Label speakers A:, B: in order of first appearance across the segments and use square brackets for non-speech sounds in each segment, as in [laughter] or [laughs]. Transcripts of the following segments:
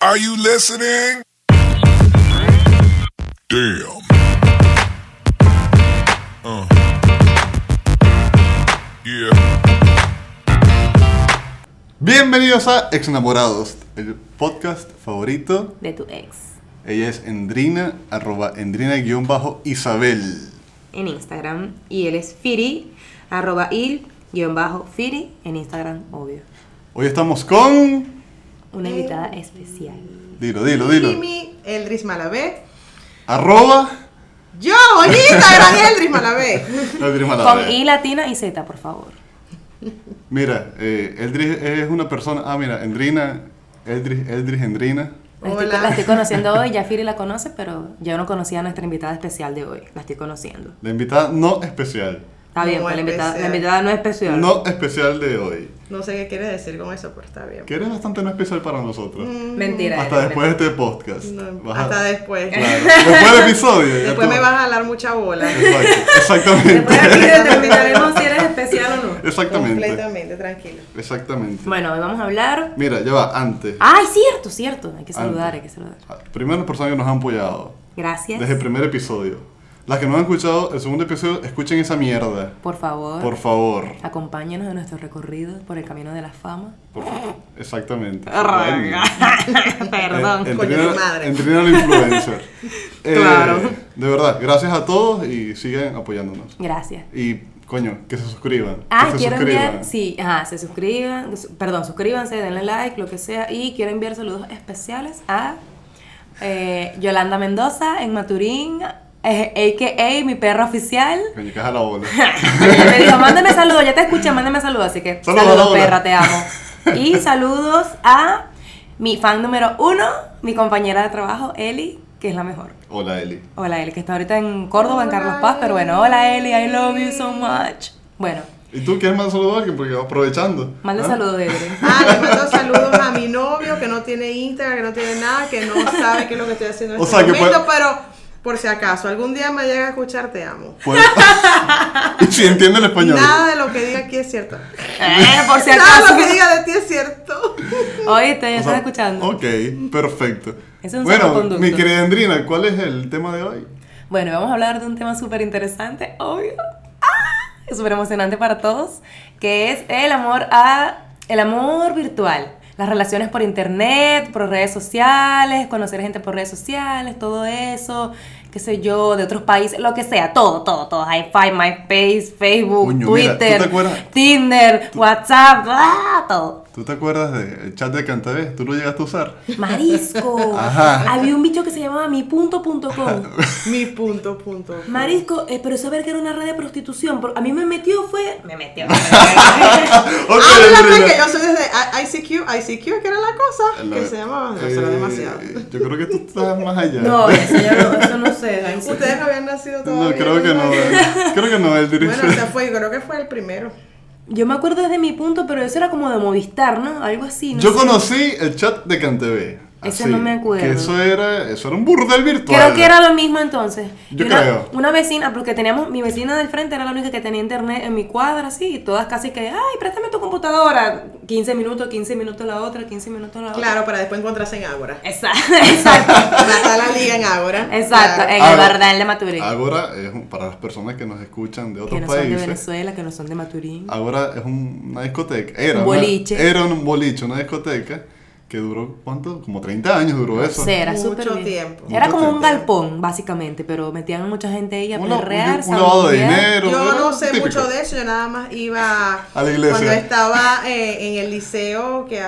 A: Are you listening? Damn. Uh. Yeah.
B: Bienvenidos a Ex Enamorados, el podcast favorito.
C: de tu ex
B: Ella es Endrina, arroba Endrina-Isabel.
C: en Instagram y él es Firi, arroba il, guión bajo Firi en Instagram, obvio.
B: Hoy estamos con...
C: Una invitada
D: Eh.
C: especial.
B: Dilo, dilo, dilo.
D: Mimi Eldris Malabé.
B: Arroba...
D: Yo, en Instagram Eldris Malabé.
B: [laughs] Eldris Malavé.
C: Con I latina y Z, por favor.
B: Mira, eh, Eldris es una persona... Ah, mira, Endrina... Eldris, Eldris, Endrina.
C: La estoy,
D: Hola.
C: la estoy
D: [laughs]
C: conociendo hoy, ya Firi la conoce, pero yo no conocía a nuestra invitada especial de hoy. La estoy conociendo.
B: La invitada no especial.
C: Está bien,
D: No
C: pues la invitada, la
D: especial.
C: invitada no es especial.
B: No especial de hoy.
D: No sé qué quieres decir con eso, pero está bien.
B: Que eres bastante no especial para nosotros.
C: Mentira.
B: Hasta
C: es
B: después
C: mentira.
B: de este podcast.
D: Mm. No,
B: Vas a-
D: hasta después.
B: Claro. Después del episodio. ya
D: [laughs] Después
B: tú-
D: me vas a jalar mucha bola.
B: Exacto, Exactamente.
C: Después aquí determinaremos si eres especial o
B: [laughs]
C: no.
B: Exactamente.
D: Completamente, tranquilo.
B: Exactamente.
C: Bueno, hoy vamos a hablar.
B: Mira, ya va, antes.
C: ¡Ay, cierto, cierto! Hay que saludar,
B: Antes.
C: hay que saludar.
B: Primero las personas que nos han apoyado.
C: Gracias.
B: Desde el primer episodio. Las que no han escuchado el segundo episodio, escuchen esa mierda.
C: Por favor.
B: Por favor.
C: Acompáñanos en nuestro recorrido por el camino de la fama.
B: Por favor. Exactamente.
C: Ah, [laughs]
B: Eh,
C: Perdón.
D: coño de madre.
B: Entrenar al influencer. Eh,
C: [laughs] Claro.
B: De verdad, gracias a todos y sigan apoyándonos.
C: Gracias.
B: Y, coño, que se suscriban.
C: Ah,
B: que se
C: quiero
B: suscriban.
C: enviar, sí, ajá, se suscriban, su- perdón, suscríbanse, denle like, lo que sea, y quiero enviar saludos especiales a eh, Yolanda Mendoza en Maturín, eh, a.k.a. mi perra oficial.
B: Coño, caja la
C: [laughs]
B: bola.
C: Ella me dijo, mándame saludos, ya te escuché, mándame saludos, así que
B: Saludos,
C: saludos,
B: Laura.
C: perra, te amo. Y saludos a mi fan número uno, mi compañera de trabajo, Eli, que es la mejor.
B: Hola, Eli.
C: Hola Eli, que está ahorita en Córdoba, en
D: Hola,
C: Carlos Paz, pero bueno, hola Eli, I love you so much. Bueno,
B: ¿Y tú quieres mandar saludos a alguien? Porque aprovechando.
C: manda
B: ¿Ah?
C: saludos,
B: [laughs]
C: Eli.
D: Ah, le mando saludos a mi novio que no tiene Instagram, que no tiene nada, que no sabe qué es lo que estoy haciendo en
B: O
D: este
B: sea, que
D: momento,
B: puede-
D: pero por si acaso, algún día me llega a escuchar, te amo.
B: [laughs] Pues- y si entiende el español.
D: Nada de lo que diga aquí es cierto.
C: Eh, por si
D: Nada de
C: acaso.
D: lo que diga de ti es cierto. [laughs]
C: Oíste, ya
B: O
C: estás
B: sea,
C: escuchando.
B: Ok, perfecto.
C: Es un
B: bueno,
C: salvoconducto.
B: mi querida Andrina, ¿cuál es el tema de hoy?
C: Bueno, vamos a hablar de un tema súper interesante, obvio. ¡Ah! Es Súper emocionante para todos, que es el amor a el amor virtual. Las relaciones por internet, por redes sociales, conocer gente por redes sociales, todo eso, qué sé yo, de otros países, lo que sea, todo, todo, todo. Hi-Fi, MySpace, Facebook,
B: Coño, mira, ¿tú te
C: Twitter,
B: acuerdas?
C: Tinder, WhatsApp, ¡ah! todo.
B: ¿Tú te acuerdas del chat de Cantabés? ¿Tú lo llegaste a usar? [laughs]
C: Marisco.
B: Ajá.
C: Había un bicho que se llamaba mi.com.
B: [laughs]
D: Mi punto, punto.
C: Marisco, eh, pero saber que era una red de prostitución. por- A mí me metió fue. Me metió.
B: Ok,
D: Háblame
B: Andrina.
D: que yo soy desde I- ICQ, ICQ que era la cosa
B: Lo-
D: que se llamaba, no,
B: eh,
D: eso era demasiado.
B: Yo creo que tú estás más allá.
C: [laughs] no, eso
B: [laughs]
C: yo no, eso no sé. ahí sí.
D: Ustedes no habían nacido
B: No,
D: todavía.
B: creo que no. eh. Creo que no, el director.
D: Bueno, se fue, creo que fue el primero.
C: Yo me acuerdo desde mi punto, pero eso era como de Movistar, ¿no? Algo así. No
B: yo
C: sé.
B: conocí el chat de Cantebé.
C: Ese
B: así,
C: no me acuerdo.
B: Que eso era, eso era un burdel virtual.
C: Creo que era lo mismo entonces. Y
B: Yo
C: una,
B: creo.
C: Una vecina, porque teníamos, mi vecina del frente era la única que tenía internet en mi cuadra, así, y todas casi que, ay, préstame tu computadora. 15 minutos, 15 minutos la otra, 15 minutos la otra.
D: Claro, para después encontrarse en Ágora.
C: Exacto, [laughs] exacto.
D: Matar la liga en Ágora.
C: exacto, eh.
D: Claro.
C: en
B: Ah,
C: el bardal de Maturín.
B: Ahora es un- para las personas que nos escuchan de
C: Que
B: otros
C: no son de
B: países.
C: Venezuela, que no son de Maturín.
B: Ahora es un- una discoteca. Era una-
C: Un boliche.
B: era un boliche, una discoteca que duró, ¿cuánto? Como 30 años duró eso.
C: Sí, era
D: Mucho
C: súper bien.
D: tiempo.
C: Era
B: Mucho
C: como un
B: tiempo.
C: galpón, básicamente, pero metían mucha gente ahí a
B: Un, la-
C: perrear,
B: un- un lavado de
C: zambujear.
B: dinero.
D: Yo
B: era
D: no sé
B: típico.
D: mucho de eso, yo nada más iba
B: A la iglesia.
D: cuando estaba eh, en el liceo que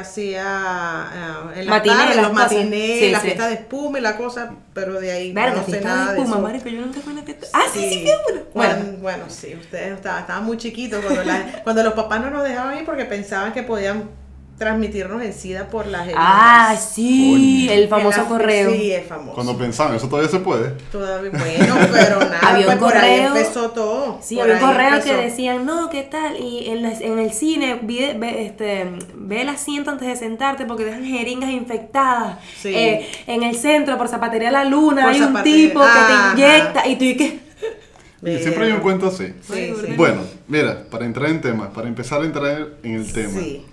D: hacía eh, en la
C: Matiné,
D: tarde,
C: las
D: los
C: cosas.
D: matinés,
C: Sí,
D: la
C: sí.
D: fiesta de espuma y la cosa, pero de ahí
C: Verga,
D: no sé
C: fiesta
D: nada
C: de
D: de
C: espuma,
D: eso.
C: marico, yo nunca fui a una fiesta. Ah, sí, sí, fui a una.
D: Cuan-
C: Bueno,
D: Bueno, sí, ustedes estaban, estaban muy chiquitos cuando, la- [laughs] cuando los papás no nos dejaban ir porque pensaban que podían transmitirnos el SIDA por las
C: ah,
D: heridas.
C: sí,
B: Coño.
C: el famoso
D: En la-
C: correo.
D: Sí, el famoso.
B: Cuando pensaban, eso todavía se puede.
D: Todavía, bueno,
C: [laughs]
D: pero nada,
C: Había un
D: pues por ahí
C: correo.
D: empezó todo.
C: Sí,
D: por
C: había un
D: ahí
C: correo
D: empezó.
C: que decían, no, ¿qué tal? Y en, las- en el cine, vi- ve, este, ve el asiento antes de sentarte porque dejan jeringas infectadas.
D: Sí.
C: Eh, en el centro, por Zapatería La Luna,
D: Por
C: hay un
D: Zapatería-
C: tipo
D: Ajá.
C: que te inyecta. Y tú, ¿y qué?
B: Y siempre hay un cuento así.
D: Sí, sí.
B: Bueno, mira, para entrar en temas, para empezar a entrar en el tema.
D: Sí.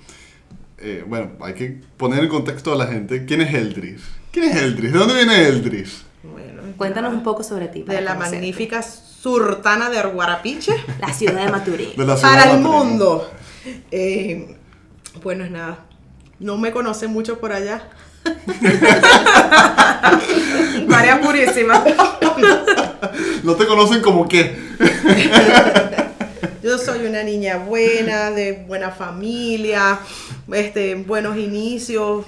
B: eh, bueno, hay que poner en contexto a la gente. ¿Quién es Eldris? ¿Quién es Eldris? ¿De dónde viene Eldris?
D: Bueno,
C: Cuéntanos un poco sobre ti. para
D: De la
C: conocerte.
D: magnífica Surtana de Arguarapiche
C: [laughs] La ciudad de Maturín.
B: De la ciudad
D: para el
B: matriz.
D: mundo. Eh, bueno, es nada. No me conocen mucho por allá. [laughs] María Purísima.
B: No te conocen como qué.
D: Yo soy una niña buena, de buena familia, este, buenos inicios,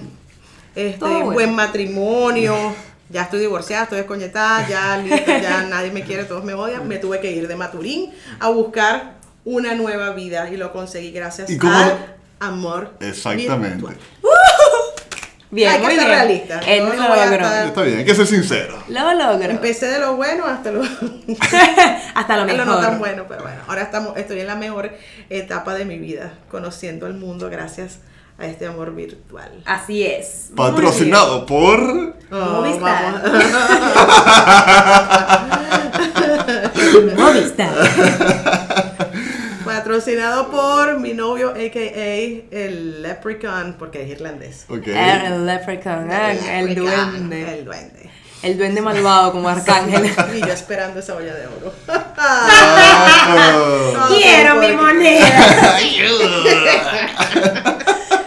D: este,
C: Todo bueno.
D: buen matrimonio. Ya estoy divorciada, estoy desconectada, ya listo,
C: [laughs]
D: ya nadie me quiere, todos me odian. Me tuve que ir de Maturín a buscar una nueva vida y lo conseguí gracias
B: ¿Y cómo
D: al
B: lo-
D: amor.
B: Exactamente.
D: virtual.
C: Bien,
D: Hay que
C: muy
D: ser
C: bien.
D: realista.
C: Él
D: No,
C: lo
D: no voy a
C: logró.
D: estar-
B: Está bien, hay que ser sincero.
C: Lo logró.
D: Empecé de lo bueno hasta lo,
C: [laughs]
D: [laughs]
C: Hasta lo
D: hasta lo
C: mejor.
D: no tan bueno, pero bueno, ahora estamos, estoy en la mejor etapa de mi vida, conociendo el mundo gracias a este amor virtual.
C: Así es. Muy
B: Patrocinado por.
C: Movistar.
D: Oh, vamos. [laughs]
C: bien. [laughs] Movistar.
D: Patrocinado por mi novio, a.k.a. el Leprechaun, porque es irlandés.
B: Ok.
C: El leprechaun, ah, el
D: Leprechaun,
C: duende.
D: El duende.
C: El duende malvado como
D: [laughs]
C: arcángel.
D: Y yo esperando esa olla de oro. [laughs]
B: Ah,
D: No, no, porque-
C: moneda.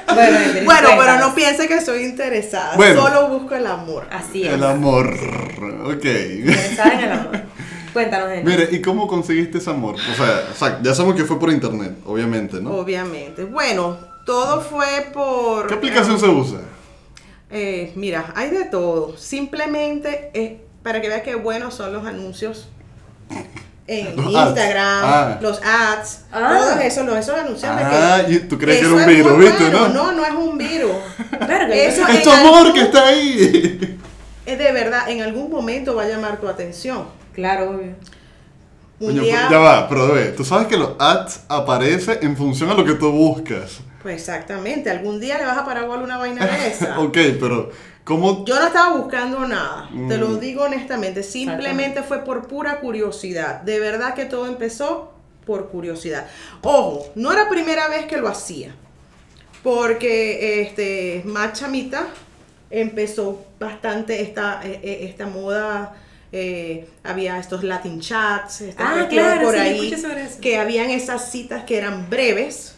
C: bueno,
D: [laughs] Bueno, pero no piense que soy interesada.
B: Bueno.
D: Solo busco el amor.
C: Así es.
B: el amor. Ok.
C: Interesada en el amor. Cuéntanos,
B: [laughs]
C: Henry.
B: Mire, ¿y cómo conseguiste ese amor? O sea, o sea, ya sabemos que fue por internet, obviamente, ¿no?
D: Obviamente. Bueno, todo fue por.
B: ¿Qué aplicación se usa?
D: Eh, mira, hay de todo. Simplemente es para que veas qué buenos son los anuncios en
B: Los ads.
D: Instagram,
B: Ah.
D: los ads,
C: Ah.
D: todos esos, los, esos anuncios. de
B: Ah, y tú crees que
D: Eso
B: era un
D: es
B: virus,
D: muy
B: ¿viste, no?
D: bueno. No, no es un virus.
C: Claro que
D: Eso
B: ¡Es
D: en
B: tu amor
D: algún-
B: que está ahí!
D: eh, de verdad, en algún momento va a llamar tu atención.
C: Claro, obvio.
D: Un
B: Coño,
D: día,
B: ya va, pero ve, tú sabes que los ads aparecen en función a lo que tú buscas.
D: pues exactamente, algún día le vas a parar bola a una vaina de
B: [laughs]
D: esa.
B: ok, pero ¿cómo?
D: Yo no estaba buscando nada, te lo
B: Mm.
D: digo honestamente, simplemente fue por pura curiosidad. De verdad que todo empezó por curiosidad. Ojo, no era primera vez que lo hacía, porque este más chamita empezó bastante esta, eh, eh, esta moda. eh, había estos Latin chats, esta
C: Ah,
D: cuestión
C: claro,
D: por
C: sí,
D: ahí,
C: escuché sobre eso.
D: que habían esas citas que eran breves,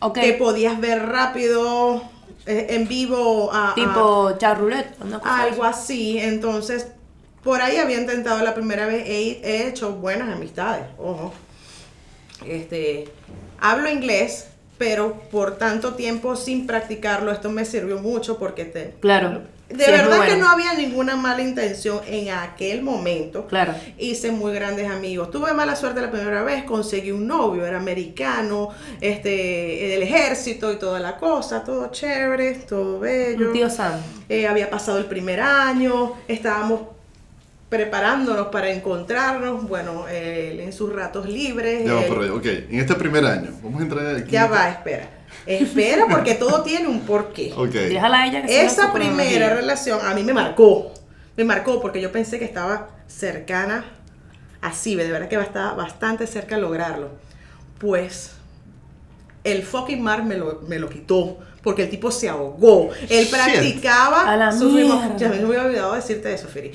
C: Ok.
D: que podías ver rápido eh, en vivo a- a-
C: Tipo charroulette. ¿no? pues,
D: algo así. Entonces, por ahí había intentado la primera vez. He, he hecho buenas amistades. Ojo. Este, hablo inglés, pero por tanto tiempo sin practicarlo, esto me sirvió mucho porque te.
C: Claro.
D: De
C: Sí, es muy
D: verdad que
C: bueno.
D: no había ninguna mala intención en aquel momento.
C: Claro.
D: Hice muy grandes amigos. Tuve mala suerte la primera vez, conseguí un novio, era americano, este, del ejército y toda la cosa, todo chévere, todo bello.
C: Un tío Sam.
D: Eh, había pasado el primer año, estábamos preparándonos para encontrarnos, bueno, él en sus ratos libres.
B: Ya va,
D: él-
B: pero ok, en este primer año, vamos a entrar aquí.
D: ya va, espera. Espera porque todo tiene un porqué.
B: Ok.
C: Déjala a ella que sea
D: Esa
C: su
D: primera
C: cronología.
D: relación a mí me marcó, me marcó porque yo pensé que estaba cercana así, de verdad que estaba bastante cerca de lograrlo. Pues el fucking mar me lo, me lo quitó. Porque el tipo se ahogó. Él
B: Shit.
D: practicaba.
C: A la
D: su remo-
C: mierda.
D: Ya me había olvidado decirte eso, Firi.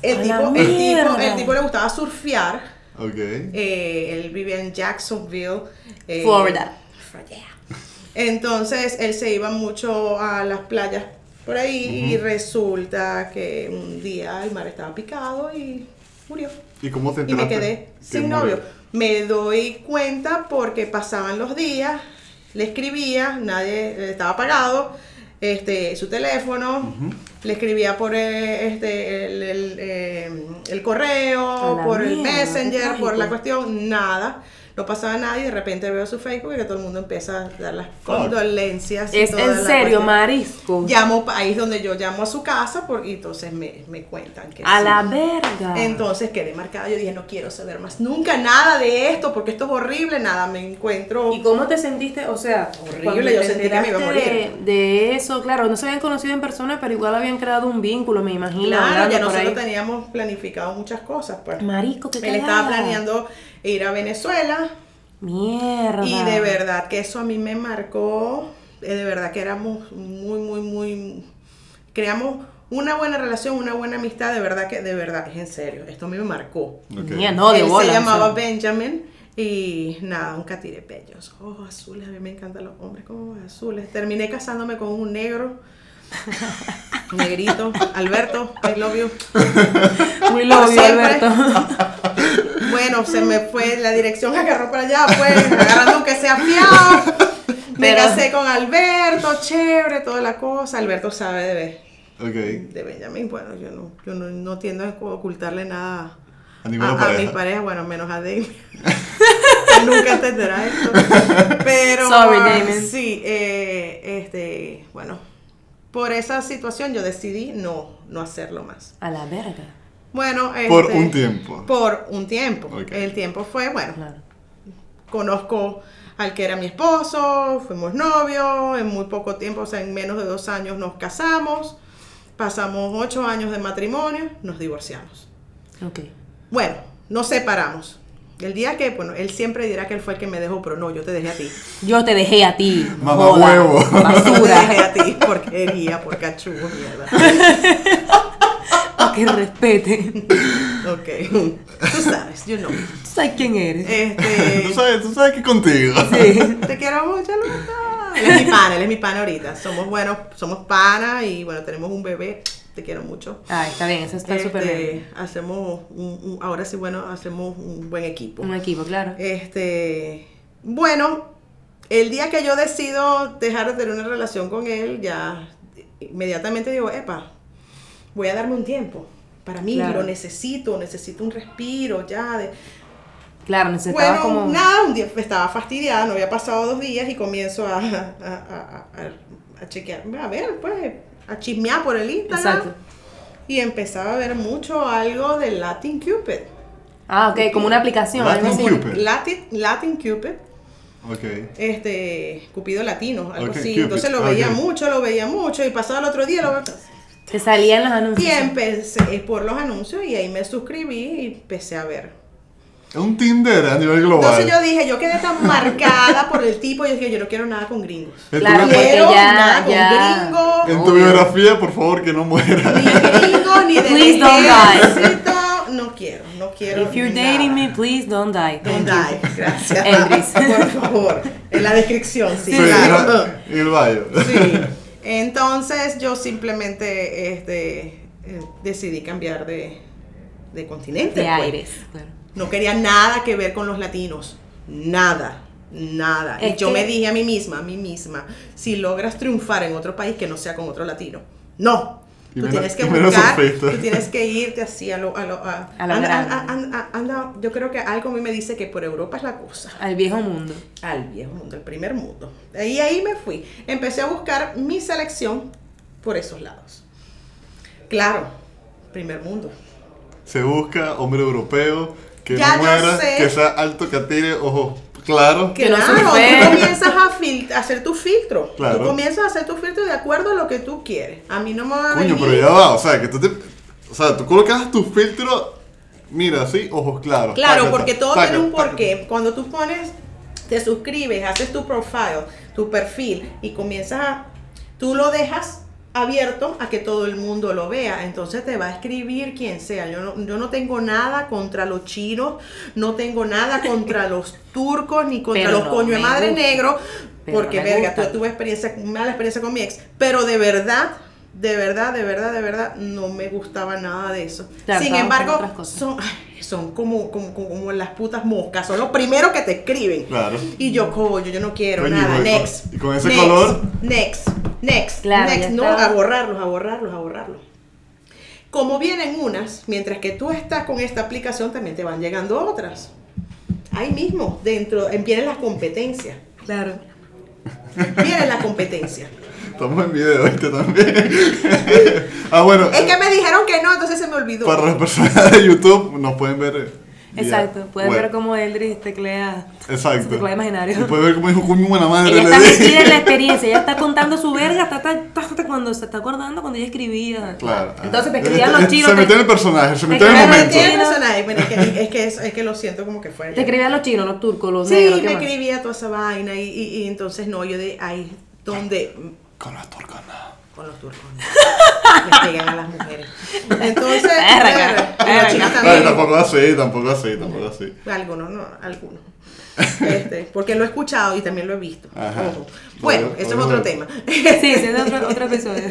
D: El
C: A
D: tipo,
C: la
D: el, tipo,
C: mierda.
D: el tipo le gustaba surfear.
B: Ok.
D: Eh, él vivía en Jacksonville, eh,
C: Florida.
D: Florida. Entonces él se iba mucho a las playas por ahí y resulta que un día el mar estaba picado y murió.
B: ¿Y cómo te
D: Y me
B: enteraste?
D: quedé
B: que
D: sin
B: murió?
D: novio. Me doy cuenta porque pasaban los días, le escribía, nadie eh, estaba pagado, este, su teléfono, le escribía por eh, este, el, el, eh, el
C: A
D: correo,
C: la
D: por el
C: mierda, qué
D: messenger, por
C: trágico.
D: la cuestión, nada. No pasaba nada y de repente veo su Facebook y que todo el mundo empieza a dar las condolencias. y
C: Es
D: toda
C: en
D: la
C: serio,
D: cuestión.
C: marisco.
D: Llamo, ahí es donde yo llamo a su casa por- y entonces me, me cuentan que
C: A
D: sí.
C: la verga.
D: Entonces quedé marcada, yo dije, no quiero saber más nunca nada de esto, porque esto es horrible, nada, me encuentro...
C: ¿Y cómo te sentiste? O sea,
D: Horrible,
C: cuando
D: yo
C: te
D: sentí que me iba a
C: enteraste
D: morir.
C: De, de eso, claro, no se habían conocido en persona, pero igual habían creado un vínculo, me imagino.
D: Claro,
C: hablando
D: ya
C: por
D: nosotros
C: ahí.
D: teníamos planificado muchas cosas, pues.
C: Marisco, qué
D: Él estaba
C: cagada.
D: planeando ir a Venezuela
C: Mierda.
D: y de verdad que eso a mí me marcó eh, de verdad que éramos muy, muy, muy, creamos una buena relación, una buena amistad, de verdad que, de verdad, es en serio, esto a mí me marcó.
B: Ok.
C: Mía, no, de
D: Él
C: bola.
D: se llamaba
C: eso.
D: Benjamin y nada, un catire bello. Ojos azules, a mí me encantan los hombres con ojos azules. Terminé casándome con un negro.
C: [laughs]
D: Negrito, Alberto, I love you.
C: Muy lobby,
D: [laughs] Siempre.
C: Alberto.
D: Bueno, se me fue la dirección, agarró para allá, pues, agarrando aunque sea fiado. Me
C: Pero-
D: casé con Alberto, chévere, toda la cosa. Alberto sabe de, Be-
B: Ok.
D: de Benjamín. Bueno, yo no, yo no, no tiendo a ocultarle nada
B: A ninguna pareja.
D: mi pareja, bueno, menos a Damien. [laughs] Él nunca entenderá esto. Pero
C: Sorry,
D: ah,
C: Damien.
D: sí, eh, este, bueno, por esa situación yo decidí no, no hacerlo más.
C: A la verga.
D: Bueno,
B: Por
D: este,
B: un tiempo.
D: Por un tiempo.
B: Ok.
D: El tiempo fue, bueno,
C: Claro.
D: conozco al que era mi esposo, fuimos novios, en muy poco tiempo, o sea, en menos de dos años nos casamos, pasamos ocho años de matrimonio, nos divorciamos.
C: Ok.
D: Bueno, nos separamos. El día que, bueno, él siempre dirá que él fue el que me dejó, pero no, yo te dejé a ti.
C: Yo te dejé a ti.
B: Mamá
C: joda,
B: huevo.
C: [laughs]
D: Yo te
C: Basura.
D: [laughs] dejé a ti, porquería, porcachugo, mierda.
C: Pa' que respete. Tú
D: Ok. Tú sabes, you know.
C: sabes quién eres.
B: [laughs] Tú
D: Este.
B: sabes, tú sabes que contigo.
C: Sí.
D: Te quiero mucho, Luta. Él es mi pana, él es mi pana ahorita. Somos buenos, somos pana y bueno, tenemos un bebé. Te quiero mucho.
C: Ah, está bien, eso está
D: Este,
C: súper bien.
D: Hacemos un- un- ahora sí, bueno, hacemos un buen equipo.
C: Un equipo, claro.
D: Este, bueno, el día que yo decido dejar de tener una relación con él, ya inmediatamente digo, epa, voy a darme un tiempo. Para mí
C: Claro.
D: lo necesito, necesito un respiro ya. De...
C: Claro, necesitaba
D: Bueno,
C: como.
D: nada, un día estaba fastidiada, no había pasado dos días y comienzo a, a, a- a- a chequear, a ver, pues, a chismear por el Instagram.
C: Exacto.
D: Y empezaba a ver mucho algo de Latin Cupid.
C: Ah, ok, como una aplicación.
B: Latin
C: algo así.
B: Cupid.
D: Latin, Latin Cupid.
B: Ok.
D: este Cupido latino, algo
B: Ok,
D: así.
B: Cupid,
D: Entonces lo
B: ok.
D: veía mucho, lo veía mucho y pasaba el otro día lo
C: Te salían los anuncios.
D: y empecé eh, por los anuncios y ahí me suscribí y empecé a ver.
B: Es un Tinder a nivel global.
D: Entonces yo dije, yo quedé tan marcada por el tipo, yo dije, yo no quiero nada con gringos.
B: En tu
C: Claro,
B: biografía-
C: Ah, porque
D: Quiero
C: ya-
D: nada con
C: ya.
D: gringos.
B: en tu
C: Obvio.
B: biografía, por favor, que no muera. [laughs]
D: Ni gringos, ni del
C: Please don't die.
D: ejército. No quiero, no quiero.
C: If you're
D: nada.
C: dating me, please don't die.
D: Don't
C: Thank you.
D: die. Gracias.
C: Elvis.
D: Por favor. En la descripción, sí.
B: Sí,
D: claro.
B: era- y el baño.
D: Sí. [laughs] Entonces yo simplemente este, eh, decidí cambiar de, de continente.
C: De
D: pues.
C: aires. claro.
D: No quería nada que ver con los latinos. Nada. Nada. y
C: Es
D: yo
C: que-
D: me dije a mí misma, a mí misma, si logras triunfar en otro país que no sea con otro latino. No.
B: Y
D: Tú
B: menos-
D: tienes que
B: y menos
D: buscar,
B: surfista.
D: tú tienes que irte así a lo... A lo- a-
C: A lo
D: anda-
C: grande.
D: anda- anda- anda- yo creo que algo a mí me dice que por Europa es la cosa
C: Al viejo mundo.
D: al viejo mundo, al primer mundo. Y ahí me fui. Empecé a buscar mi selección por esos lados. Claro, primer mundo.
B: Se busca hombre europeo que
D: Ya
B: no
D: yo
B: muera,
D: sé.
B: que sea alto, que tire ojos claros.
C: Que no
D: Claro, tú
C: surfe.
D: comienzas a, fil- a hacer tu filtro.
B: Claro.
D: Tú comienzas a hacer tu filtro de acuerdo a lo que tú quieres. A mí no me va a
B: Coño,
D: venir-
B: pero ya va, o sea, que tú te. O sea, tú colocas tu filtro, mira, así, ojos claros.
D: Claro,
B: tácata,
D: porque todo
B: tácata,
D: tiene un
B: tácata.
D: porqué. Cuando tú pones, te suscribes, haces tu profile, tu perfil y comienzas a, tú lo dejas abierto a que todo el mundo lo vea. Entonces te va a escribir quien sea. Yo no, yo no tengo nada contra los chinos, no tengo nada
C: [laughs]
D: contra los turcos, ni contra
C: Pero
D: los
C: no
D: coño de
C: me
D: madre
C: gusta.
D: negro,
C: Pero
D: porque
C: no me
D: verga,
C: gusta.
D: tu- tuve experiencia, mala experiencia con mi ex, pero de verdad. De verdad, de verdad, de verdad, no me gustaba nada de eso.
C: Claro, estábamos
D: Sin
C: con
D: embargo,
C: otras cosas.
D: son, ay, son como, como, como- como las putas moscas, son los primeros que te escriben.
B: Claro.
D: Y yo, coño, yo no quiero
B: Coño, y
D: nada.
B: con-
D: next.
B: y con ese
D: next,
B: color.
D: Next, next,
C: Claro, ya
D: next. No,
C: estaba.
D: a borrarlos, a borrarlos, a borrarlos. Como vienen unas, mientras que tú estás con esta aplicación, también te van llegando otras. Ahí mismo, dentro, eh, vienen las competencias.
C: Claro.
D: Vienen las competencias.
B: Estamos en video este
D: [laughs]
B: también. ah, bueno.
D: Es que me dijeron que no, entonces se me olvidó.
B: Para las personas de YouTube nos pueden ver. eh, vía
C: Exacto. Puedes
B: web.
C: ver cómo Eldris teclea.
B: Exacto.
C: su teclado imaginario.
B: Y pueden ver cómo dijo coño buena madre.
C: [laughs] Ella está
B: le di".
C: metida en la experiencia, ella está contando su verga, está, está- está- está- cuando se está acordando cuando ella escribía.
B: Claro. ajá.
C: Entonces te escribían los
B: Eh, [laughs]
C: chinos.
B: Se
C: te-
B: metió en el personaje, se metió en el
C: Te
D: Me
B: momento.
D: metí en el
C: momento.
D: personaje, bueno, es que, es que, es- es que lo siento como que fue. ayer.
C: Te escribían los chinos, los turcos, los
D: Sí,
C: negros. ¿qué
D: me
C: más?
D: escribía toda esa vaina y, y- y entonces no, yo de ahí donde
B: Con las turcanas.
D: con los
C: [laughs]
D: turcos. ¿no? Le pegan a las mujeres. Entonces,
C: Verga,
D: verga, y
C: verga.
D: las chicas
B: Ay,
D: también.
B: tampoco así, tampoco así, tampoco así.
D: Algunos, no, algunos. Este, porque lo he escuchado y también lo he visto.
B: Ajá.
D: Ojo.
B: Bueno,
D: Bueno, eso es
B: bueno,
D: otro
B: bueno.
D: tema.
C: Sí, ese es otro, otro episodio.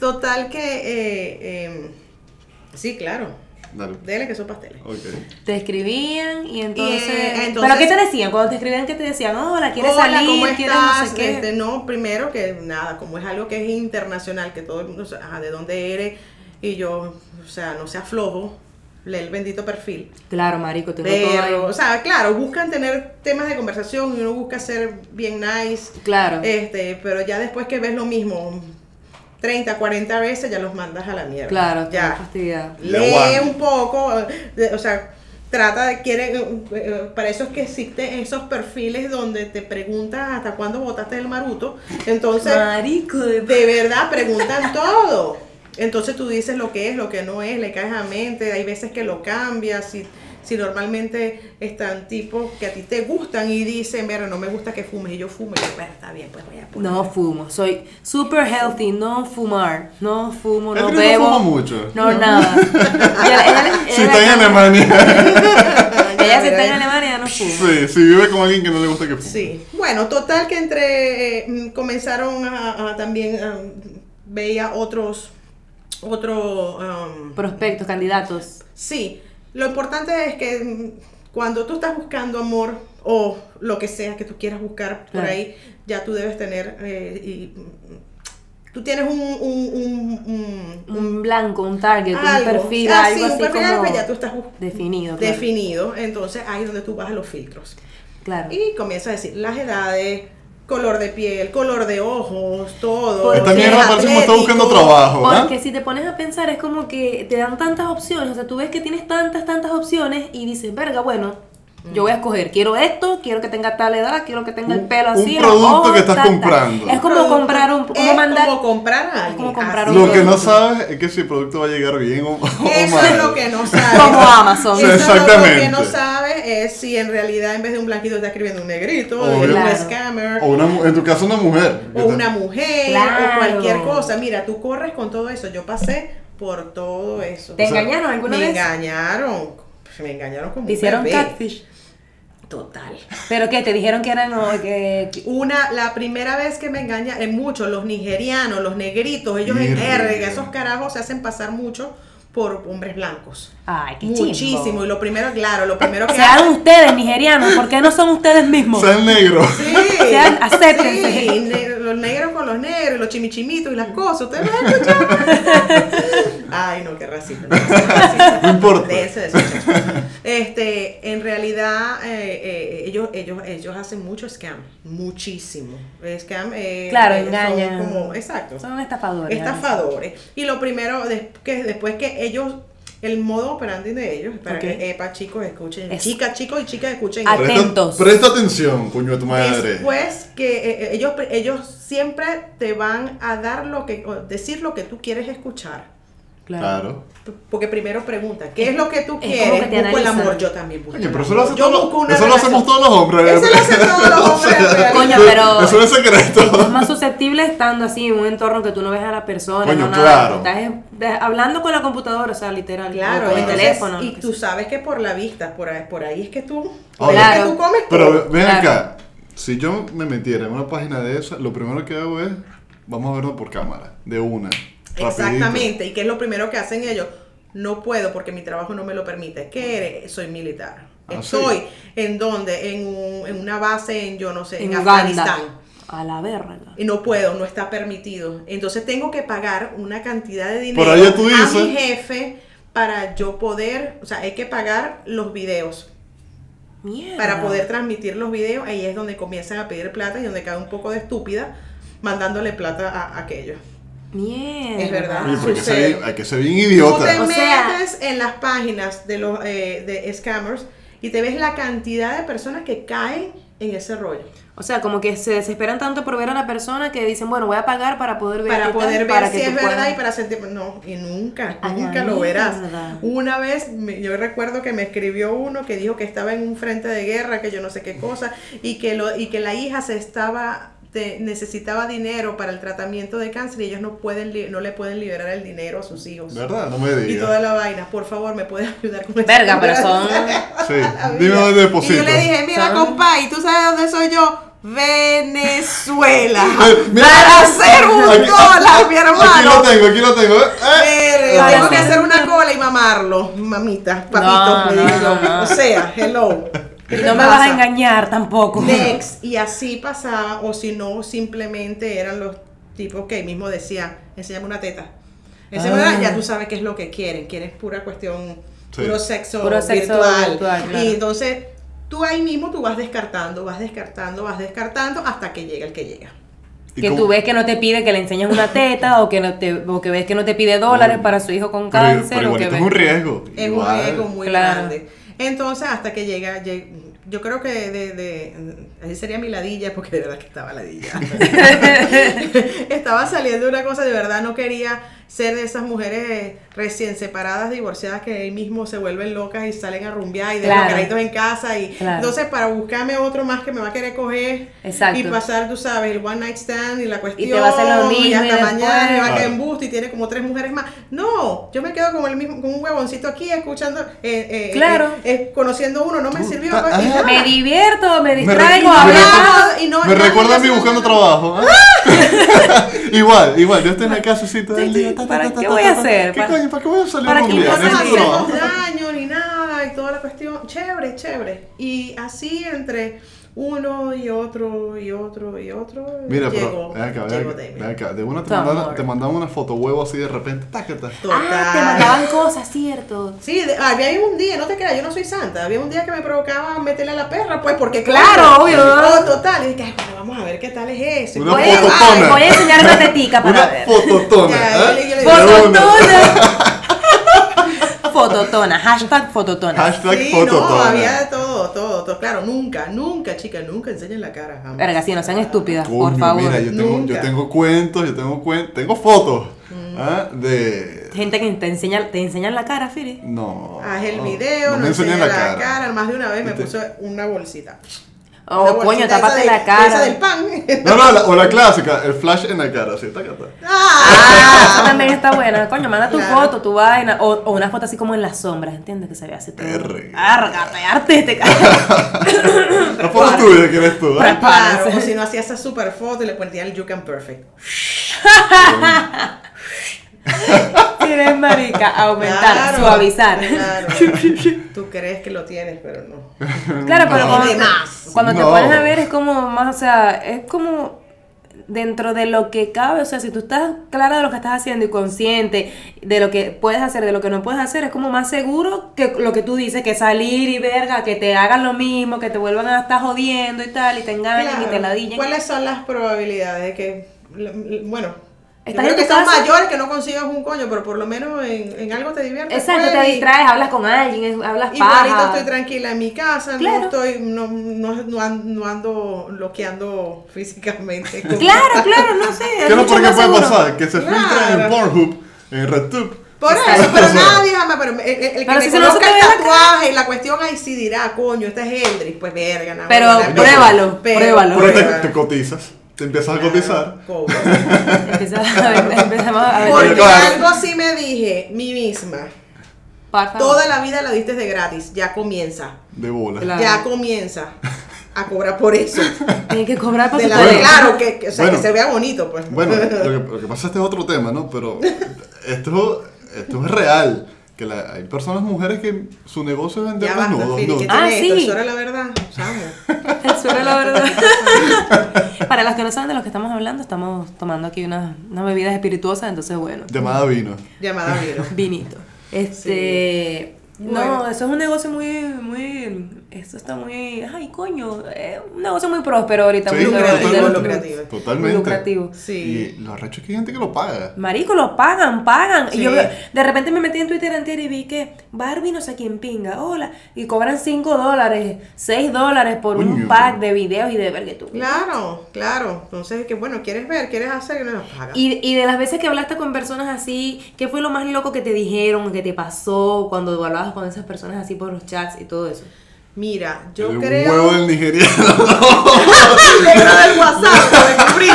D: Total que. eh, em, sí, claro.
B: Dale.
D: Dele que son pasteles.
B: Ok.
C: Te escribían y entonces...
D: eh, entonces-
C: ¿Pero qué te decían? Cuando te escribían, ¿qué te decían? Hola, ¿quieres
D: Hola,
C: salir?
D: ¿cómo
C: ¿Quieres no
D: estás?
C: sé qué?
D: Este, no, primero que nada, como es algo que es internacional, que todo el mundo sabe ajá, de dónde eres, y yo, o sea, no seas flojo, lee el bendito perfil.
C: Claro, marico, tengo
D: Pero,
C: todo
D: o
C: ahí.
D: sea, claro, buscan tener temas de conversación y uno busca ser bien nice,
C: Claro.
D: este, pero ya después que ves lo mismo 30, 40 veces, ya los mandas a la mierda.
C: claro, ya.
D: ya.
C: fastidiado.
B: Le
D: Lee
B: aguanto.
D: un poco, eh, de- o sea, trata de, quiere, eh, eh, para eso es que existen esos perfiles donde te preguntas hasta cuándo votaste el maruto, entonces
C: Marico de...
D: de verdad preguntan [laughs] todo. Entonces tú dices lo que es, lo que no es, le caes a mente, hay veces que lo cambias, si, si normalmente están tipos que a ti te gustan y dicen, mira, no me gusta que fumes, y yo fumo, y yo, bueno, está bien, pues voy a poner. [laughs]
C: No fumo, soy super healthy, no fumar, no fumo, no
B: Edri no
C: bebo.
B: fuma mucho.
C: No,
D: [laughs]
C: nada. Ella- ella-
B: Si
C: ella-
B: está en Alemania.
C: Ella si está en Alemania, no fuma.
B: [laughs] Sí, si vive con alguien que no le gusta que fume.
D: Sí, bueno, total que entre eh, mm, comenzaron a, a también am, veía otros otro am,
C: Prospectos, candidatos.
D: sí, lo importante es que mm, cuando tú estás buscando amor o lo que sea que tú quieras buscar por
C: Claro.
D: ahí, ya tú debes tener eh, y, mm, tú tienes un, un- un- un-
C: Un blanco, un target, un
D: Algo.
C: perfil,
D: Ah,
C: algo
D: sí, un
C: así
D: perfil,
C: como
D: algo que ya tú estás bus-
C: definido. claro.
D: definido, entonces ahí es donde tú vas a los filtros.
C: Claro.
D: Y comienza a decir las edades, color de piel, color de ojos, todo.
C: Porque-
B: Esta
D: Si es
B: mierda parece como está buscando
D: atlético.
B: trabajo, ¿ah?
C: Porque si te pones a pensar es como que te dan tantas opciones, o sea, tú ves que tienes tantas, tantas opciones y dices, verga, bueno, yo voy a escoger, quiero esto, quiero que tenga tal edad, quiero que tenga el
B: Un-
C: pelo
B: un
C: así. los
B: producto
C: ojos,
B: que estás
C: tal, tal".
B: comprando.
C: Es como
D: Producto-
C: comprar un, como
D: es
C: mandar,
D: como comprar a alguien.
C: como comprar
D: así
C: un
B: Lo que no
C: producto.
B: sabes es que si el producto va a llegar bien o, o
D: Eso
B: mal.
D: es lo que no
B: [laughs]
D: sabes.
C: Como Amazon.
D: Eso Es lo que
B: Exactamente.
D: no sabes es si en realidad en vez de un blanquito está escribiendo un negrito,
B: Obvio.
D: un
C: Claro.
D: scammer,
B: O una, mu- en tu caso una mujer.
D: o una mujer,
C: Claro.
D: o cualquier cosa. Mira, tú corres con todo eso. Yo pasé por todo eso.
C: ¿Te
B: O sea,
C: engañaron alguna
D: me
C: vez?
D: engañaron. Me engañaron como
C: Te hicieron
D: un bebé.
C: catfish.
D: Total.
C: ¿Pero qué? ¿Te dijeron que eran o que, uh, que-
D: Una, la primera vez que me engaña, es mucho, los nigerianos, los negritos, ellos en
B: Mierda.
D: verga, esos carajos se hacen pasar mucho por hombres blancos.
C: Ay, qué chimbo.
D: Muchísimo. Y lo primero, claro, lo
C: [laughs]
D: primero que
C: Sean ustedes nigerianos, ¿por qué no son ustedes
B: [laughs]
C: mismos?
B: Sea el negro.
D: Sí,
C: Sean- acéptense. Mm.
D: sí, ne- los negros con los negros, los chimichimitos y las cosas. Ustedes me han escuchado? Ay, no, qué racista. No, qué racista.
B: No importa.
D: De eso, de eso, de eso. Este, en realidad, eh, eh, ellos, ellos, ellos hacen mucho scam. Muchísimo. Scam. eh,
C: Claro,
D: eh, son
C: engañan.
D: como- exacto.
C: Son estafadores.
D: Estafadores. Y lo primero, des- que después que ellos. El modo operandi de ellos, para
C: Ok.
D: que, epa, chicos, escuchen.
C: Es-
D: Chicas, chicos y chicas, escuchen.
C: A
D: esto.
C: Atentos.
B: Presta, presta atención, coño de tu madre.
D: Después que eh, eh, ellos, ellos siempre te van a dar lo que, o decir lo que tú quieres escuchar.
B: Claro.
D: P- Porque primero pregunta, ¿qué es lo que tú
C: Es como
D: quieres?
C: que te
D: busco el
C: analizan.
D: amor, yo también busco.
B: Oye,
D: el
B: pero eso
D: amor.
B: lo, hace
D: Yo
B: todo-
D: busco una
B: eso lo
D: relación.
B: hacemos todos los hombres.
D: Eso lo hacen
B: [laughs]
D: todos los hombres, en realidad.
C: Coño, pero-
B: Eso no es
C: Es
B: [laughs] secreto.
C: más susceptible estando así en un entorno que tú no ves a la persona.
B: Coño,
C: no nada.
B: claro.
C: Estás de- hablando con la computadora, o sea, literal.
D: Claro,
C: o con el
D: entonces,
C: teléfono. lo
D: Y
C: que
D: tú
C: sea.
D: sabes que por la vista, por ahí, por ahí es que tú,
B: Obvio.
D: claro.
C: Claro.
D: tú comes.
B: Pero ven
C: Claro.
B: acá, si yo me metiera en una página de esa, lo primero que hago es, vamos a verlo por cámara, de una.
D: Exactamente, y qué es lo primero que hacen ellos. No puedo porque mi trabajo no me lo permite. ¿Qué eres? Soy militar.
B: Ah,
D: Estoy
B: sí.
D: en donde, en, un- en una base, en yo no sé, en,
C: En Uganda.
D: Afganistán.
C: A la verga.
D: Y no puedo, no está permitido. Entonces tengo que pagar una cantidad de
B: Por
D: dinero
B: ahí ya tú
D: a mi
B: dices.
D: jefe para yo poder, o sea, hay que pagar los videos.
C: Mierda.
D: Para poder transmitir los videos, ahí es donde comienzan a pedir plata y donde cae un poco de estúpida mandándole plata a aquellos.
C: Mierda.
D: Es verdad.
B: Oye, pero hay que ser
D: Sucede.
B: bien- hay que ser bien
D: Tú te
B: idiota.
C: O sea-
D: metes en las páginas de los eh, de scammers y te ves la cantidad de personas que caen en ese rollo.
C: O sea, como que se desesperan tanto por ver a la persona que dicen, bueno, voy a pagar para poder ver.
D: Para
C: qué tal,
D: poder ver
C: para
D: si
C: que
D: es
C: tú
D: verdad
C: puedas-
D: y para sentir. No, y nunca,
C: A la
D: nunca lo verás.
C: mierda.
D: Una vez, me- yo recuerdo que me escribió uno que dijo que estaba en un frente de guerra, que yo no sé qué cosa, y que, lo, y que la hija se estaba te- necesitaba dinero para el tratamiento de cáncer y ellos no, pueden li- no le pueden liberar el dinero a sus hijos.
B: ¿Verdad? No me
D: Y toda
B: digas.
D: la vaina, por favor, me puedes ayudar con eso?
C: Verga,
D: [laughs]
C: pero son.
B: Sí, dime dónde
D: Y yo
B: deposito.
D: le dije, mira,
C: ¿Sabes?
D: compa, ¿y tú sabes dónde soy yo?
B: [laughs]
D: Venezuela.
B: Eh, mira.
D: para hacer un
B: Aquí-
D: dólar,
B: Aquí
D: mi
B: lo
D: hermano.
B: tengo, aquí lo tengo. ¿eh? Eh.
D: Verga,
C: No,
D: tengo
C: no.
D: que hacer una cola y mamarlo, mamita, papito.
C: No,
D: le
C: no,
D: digo yo.
C: no, no.
D: O sea, hello. ¿Qué
C: Y
D: te
C: no me
D: pasa?
C: vas a engañar tampoco.
D: Next. Y así pasaba, o si no, simplemente eran los tipos que mismo decía, enséñame una teta. Enséñame una-
C: Ah.
D: ya tú sabes qué es lo que quieren, quieren pura cuestión,
B: Sí.
D: puro sexo
C: Puro sexo
D: virtual.
C: virtual, claro.
D: Y entonces tú ahí mismo tú vas descartando, vas descartando, vas descartando hasta que llega el que llega.
B: ¿Y
C: Que
B: cómo-
C: tú ves que no te pide que le enseñes una teta o que no te, o que ves que no te pide dólares para su hijo con
B: Pero- pero
C: cáncer o que
B: igualito es
C: ves-
B: un riesgo.
D: Es un
B: Igual.
D: riesgo muy
C: Claro.
D: grande. Entonces, hasta que llega, lleg- yo creo que de, de- así sería mi ladilla, porque de verdad que estaba ladilla.
C: [laughs]
D: estaba saliendo una cosa, de verdad no quería ser de esas mujeres eh, recién separadas, divorciadas, que ahí mismo se vuelven locas y salen a rumbear y de
C: Claro.
D: los carajitos en casa. Y
C: Claro.
D: entonces, para buscarme otro más que me va a querer coger
C: Exacto.
D: y pasar, tú sabes, el one night stand y la cuestión.
C: va a hacer lo mismo y
D: hasta
C: después-
D: mañana y va a quedar
B: Claro.
D: en busto y tiene como tres mujeres más. No, yo me quedo con el mismo, con un huevoncito aquí escuchando, eh, eh,
C: Claro.
D: eh, eh, conociendo uno, no me
B: Tú,
D: sirvió.
B: ta-
D: pues, y
B: ah.
D: ya.
C: Me divierto, me distraigo,
B: recuerdo- me
C: hablamos.
D: Ah, y no-
B: me
D: no,
B: recuerda a mí
D: no, no,
B: buscando
D: no.
B: trabajo. ¿eh?
D: [laughs]
B: [laughs] igual, igual, yo estoy en la casa así todo el día. ta, ta,
C: ¿Para
B: ta, ta,
C: qué
B: ta,
C: voy a
B: ta, ta.
C: hacer?
B: ¿Qué
C: ¿Para-
B: coño? ¿Para qué voy a salir
C: para
B: a
C: qué
B: rumbear?
C: voy a
B: Necesito
D: no
C: salir?
B: trabajo.
D: hacemos daño ni nada y toda la cuestión. Chévere, chévere. Y así entre uno y otro y otro y otro.
B: Mira, pero
D: llegó,
B: ven acá, ven
D: llegó
B: acá,
D: Damien.
B: ven acá. De una te
C: Tu
B: mandaban
C: amor.
B: te mandaban una foto huevo así de repente. Tácata.
D: Total.
C: Ah, te mandaban cosas, cierto.
D: Sí, de- había un día, no te creas, yo no soy santa, había un día que me provocaba meterle a la perra, pues, porque
C: Claro, obvio.
D: Oh, total, y dije, ay, bueno, vamos a ver qué tal es eso.
B: Una
D: Voy
C: Voy
D: a-
C: a,
B: fototona.
C: voy a enseñar una tetica para
B: Una
C: ver.
B: fototona.
D: Ya, yo
B: ¿eh?
D: le- yo le-
B: De una.
C: Fototona. [laughs] fototona. Hashtag fototona.
B: Hashtag
D: sí,
B: fototona.
D: no, había todo, todo, todo, claro, nunca, nunca, chica, nunca enseñen la cara, jamás.
C: Verga, sí, no sean estúpidas,
B: Coño,
C: por favor.
B: Mira, yo tengo, yo
D: Nunca.
B: tengo cuentos, yo tengo cuentos, tengo fotos ¿ah? de.
C: Gente que te enseña, te enseñan la cara, Firi.
B: No.
D: Haz el video, no,
B: me enseñé
D: enseña la cara. más de una vez me
B: Este
D: puso una bolsita. Una
C: Oh, coño,
D: bolsita
C: tápate
D: esa de-
C: la cara.
D: Esa del pan.
C: [laughs]
D: [laughs]
B: No, no, la- o la clásica, el flash en la cara, sí,
C: [coughs]
B: taca, taca.
D: ah,
C: Ah, esa también está buena. Coño, manda tu
D: Claro.
C: foto, tu vaina. O, o una foto así como en las sombras, ¿entiendes? Que se ve así todo.
B: Verga.
C: Árgate, [laughs] artística.
B: La foto tuya que eres tú, ¿ah?
D: claro, o si no hacía esa super foto y le ponía el You Can Perfect.
C: Tienes marica, aumentar,
D: Claro,
C: suavizar.
D: Claro.
C: [laughs]
D: Tú crees que lo tienes, pero no.
C: Claro, pero
B: No.
C: cuando, te,
D: Además.
C: cuando te
B: No.
C: pones a ver es como más, o sea, es como dentro de lo que cabe, o sea, si tú estás clara de lo que estás haciendo y consciente de lo que puedes hacer, de lo que no puedes hacer, es como más seguro que lo que tú dices, que salir y verga, que te hagan lo mismo, que te vuelvan a estar jodiendo y tal, y te engañen y
D: Claro.
C: te ladillen.
D: ¿Cuáles son las probabilidades de que, l- l- bueno, yo
C: Estás
D: creo
C: en
D: que
C: tu
D: son
C: casa.
D: mayores que no consigas un coño, pero por lo menos en, en algo te diviertes.
C: Exacto,
D: pues,
C: te
D: y-
C: distraes, hablas con alguien, hablas
D: Igualito
C: paja.
D: estoy tranquila en mi casa,
C: Claro.
D: no estoy, no, no, no an- no ando bloqueando [laughs] físicamente. con-
C: Claro, claro, no
D: [laughs]
C: sé. es
B: ¿Qué es lo
C: mucho
B: peor que
C: más
B: puede
C: seguro.
B: pasar? Que se filtra en
D: Claro.
B: Pornhub, en RedTube.
D: Por eso,
B: Exacto.
D: pero nadie jamás, pero el, el- el que
C: Pero
D: me
C: si se lo
D: conozca el
C: hace ver la
D: tatuaje y la cuestión ahí sí dirá, coño, este es Hendrix, pues verga, no,
C: Pero
D: bueno,
C: pruébalo, pruébalo.
B: Pero te, te cotizas, te empiezas a cotizar.
D: Cobra.
C: Empezamos a ver, empezamos a ver.
D: Porque
B: Claro.
D: algo sí me dije, mi misma,
C: Por favor.
D: toda la vida la diste de gratis, ya comienza,
B: De bola.
C: Claro.
D: ya comienza a cobrar
C: [laughs]
D: por eso.
C: Tienes que cobrar para
D: De
C: tu
D: la-
C: tarea.
D: Claro, que, que- o sea,
B: Bueno.
D: que se vea bonito, pues.
B: Bueno, lo que, lo que pasa este es otro tema, ¿no? Pero esto, esto es real. Que la- hay personas, mujeres, que su negocio es vender
D: [laughs] ya basta,
B: desnudos.
D: Fili,
B: ¿no?
D: que
C: Ah,
D: tiene esto,
C: sí.
D: eso era la verdad, chamo.
C: Eso era la verdad. Para los que no saben de lo que estamos hablando, estamos tomando aquí unas unas bebidas espirituosas, entonces bueno,
B: Llamada vino.
D: Llamada
C: [laughs]
D: Viro.
C: vinito. Este, no,
D: Bueno.
C: eso es un negocio muy, muy, eso está muy, ay coño, es un negocio muy próspero ahorita,
B: Sí,
C: muy
D: lucrativo,
C: de los-
D: lucrativo.
B: Totalmente.
C: lucrativo.
D: Sí.
B: Y lo arrecho es que hay gente que lo paga.
C: Marico, lo pagan, pagan. Y
D: Sí.
C: yo veo- de repente me metí en Twitter entero y vi que Barbie no sé quién pinga, hola, y cobran 5 dólares, 6 dólares por un
B: Coño.
C: pack de videos y de verga y tú.
D: Claro, claro. Entonces, que bueno, quieres ver, quieres hacer, que no nos paga.
C: Y, y de las veces que hablaste con personas así, ¿qué fue
B: [laughs]
C: lo más loco que te dijeron, que te pasó cuando hablabas con esas personas así por los chats y todo eso?
D: Mira, yo
B: el
D: creo.
B: huevo del nigeriano. [laughs]
D: Negro del WhatsApp, lo descubrí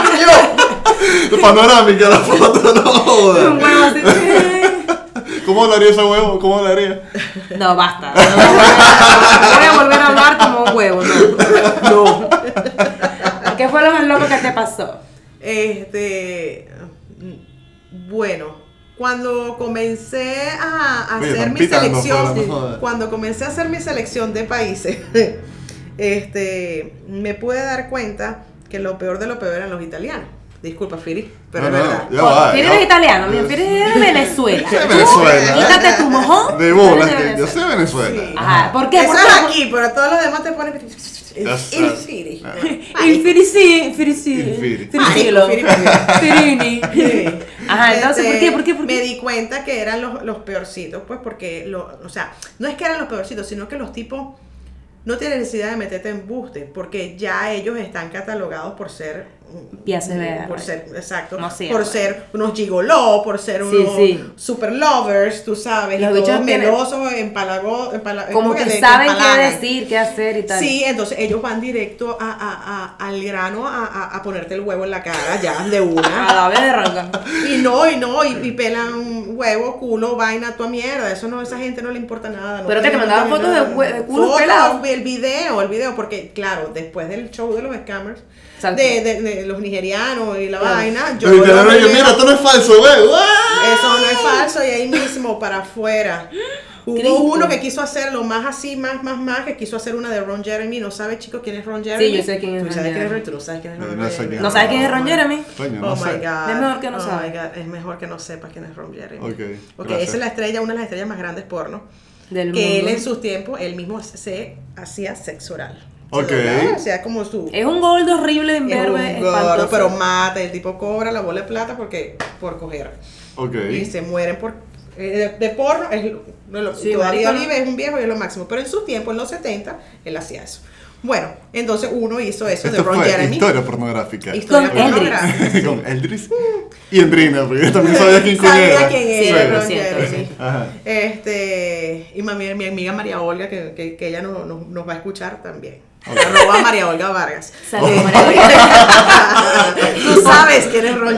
D: yo.
B: Panorámica la foto, no
C: Un
B: jodas.
C: huevo así. eh.
B: ¿Cómo hablaría ese huevo? ¿Cómo hablaría?
C: No, basta. No voy a- no voy a volver a hablar como un huevo, no. No. ¿Qué fue lo más loco que te pasó?
D: Este. Bueno, cuando comencé a, a
B: Oye,
D: hacer
B: están
D: mi
B: pitando
D: selección.
B: afuera, no jodas.
D: cuando comencé a hacer mi selección de países, [laughs] este, me pude dar cuenta que lo peor de lo peor eran los italianos. Disculpa, Firi, pero
B: No,
D: es
B: no,
D: verdad.
B: ya va,
C: Fieres
B: ya-
C: es italiano, mi Fieres es de Venezuela.
B: Sí, Venezuela.
C: Quítate tu
B: [laughs]
C: mojón.
B: De
C: Tú
B: bolas,
C: eres de
B: que yo
C: Venezuela.
B: sé Venezuela.
D: Sí.
C: Ajá, ¿por qué?
D: Eso
C: ¿Por
D: es
C: qué?
D: aquí, pero todos los demás te ponen. [laughs]
B: Ya
D: Il
B: sabes.
D: Firi.
B: Ah.
C: Il Firisi, Firisi,
B: Il Firi.
C: Firisilo.
D: Marico, Firi,
C: Firini.
D: Sí.
C: [laughs] Ajá, entonces, ¿por
D: Este,
C: qué? ¿Por qué? ¿Por
D: Me
C: qué?
D: di cuenta que eran los, los peorcitos, pues, porque, lo, o sea, no es que eran los peorcitos, sino que los tipos no tienen necesidad de meterte en buste, porque ya ellos están catalogados por ser.
C: Piazza Vera,
D: Por
C: right.
D: ser, exacto.
C: No sirve.
D: por ser unos gigoló, por ser
C: Sí,
D: unos
C: sí.
D: super lovers, tú sabes,
C: Los
D: y todos
C: bichos tienen-
D: melosos, empalagos, empala-
C: Como
D: ¿cómo
C: que
D: le-
C: saben qué
D: empalagan?
C: decir, qué hacer y tal.
D: Sí, entonces ellos van directo a, a- a- al grano a, a- a ponerte el huevo en la cara ya de
C: [laughs]
D: una.
C: A Ah, la verga.
D: [laughs] Y no, y no, y, y pelan huevo, culo, vaina, toda mierda. Eso no, a esa gente no le importa nada. no
C: Pero que te
D: tiene-
C: mandaban
D: no tiene
C: fotos de
D: nada.
C: hue- de culo
D: Fotos,
C: pelado.
D: El video, el video, porque claro, después del show de los scammers,
C: Saltó.
D: de, de- de los nigerianos y la
C: Claro.
D: vaina,
B: Yo, yo,
D: lo primero-
B: mira, esto no es falso, ¡Ah! güey.
D: eso no es falso y ahí mismo para afuera. Hubo
C: Cristo.
D: uno que quiso hacer lo más así, más, más, más, que quiso hacer una de Ron Jeremy. ¿No sabes, chicos, quién es Ron Jeremy?
C: yo sé quién es
D: ¿Tú
C: Ron
D: sabes quién es
C: Jeremy.
D: Ron- tú no sabes quién es
B: No,
D: Ron
B: no sé
D: Jeremy?
B: quién
C: ¿No sabes quién es Ron Jeremy?
B: Coño,
D: Oh
B: no
D: my
B: sé.
D: God.
C: Es mejor que no
D: Oh my
C: sabes.
D: God, Es mejor que no sepa quién es Ron Jeremy.
B: Ok,
D: Ok,
B: gracias.
D: esa es la estrella, una de las estrellas más grandes porno.
C: Del
D: que él
C: mundo.
D: en sus tiempos, él mismo se hacía sexo oral.
B: Ok.
D: ¿Verdad? O sea, como su.
C: Es un gold horrible,
D: es un
C: imberbe,
D: gordo,
C: espantoso.
D: pero mata, el tipo cobra la bola de plata porque por coger
B: Ok.
D: y se mueren por eh, de, de porno es lo- no lo-
C: Sí,
D: todavía
C: marico,
D: vive es un viejo y es lo máximo pero en su tiempo en los 70 él hacía eso bueno entonces uno hizo eso de
B: Esto
D: Ron
B: fue
D: Jeremy
B: historia pornográfica.
D: Historia
C: Con Eldritch.
D: pornográfica, sí.
B: [laughs] Con Eldris y Endrina, porque yo también sabía quién coño
D: Sabía
B: era.
D: quién
C: Sí,
D: era Ron
C: lo siento,
D: Jeremy.
C: sí.
B: Ajá.
D: este y mami- mi amiga María Olga que, que- que ella no- no- nos va a escuchar también arroba María Olga Vargas
C: Saludos,
D: Eh,
C: María Olga.
D: [laughs] tú sabes quién es Ron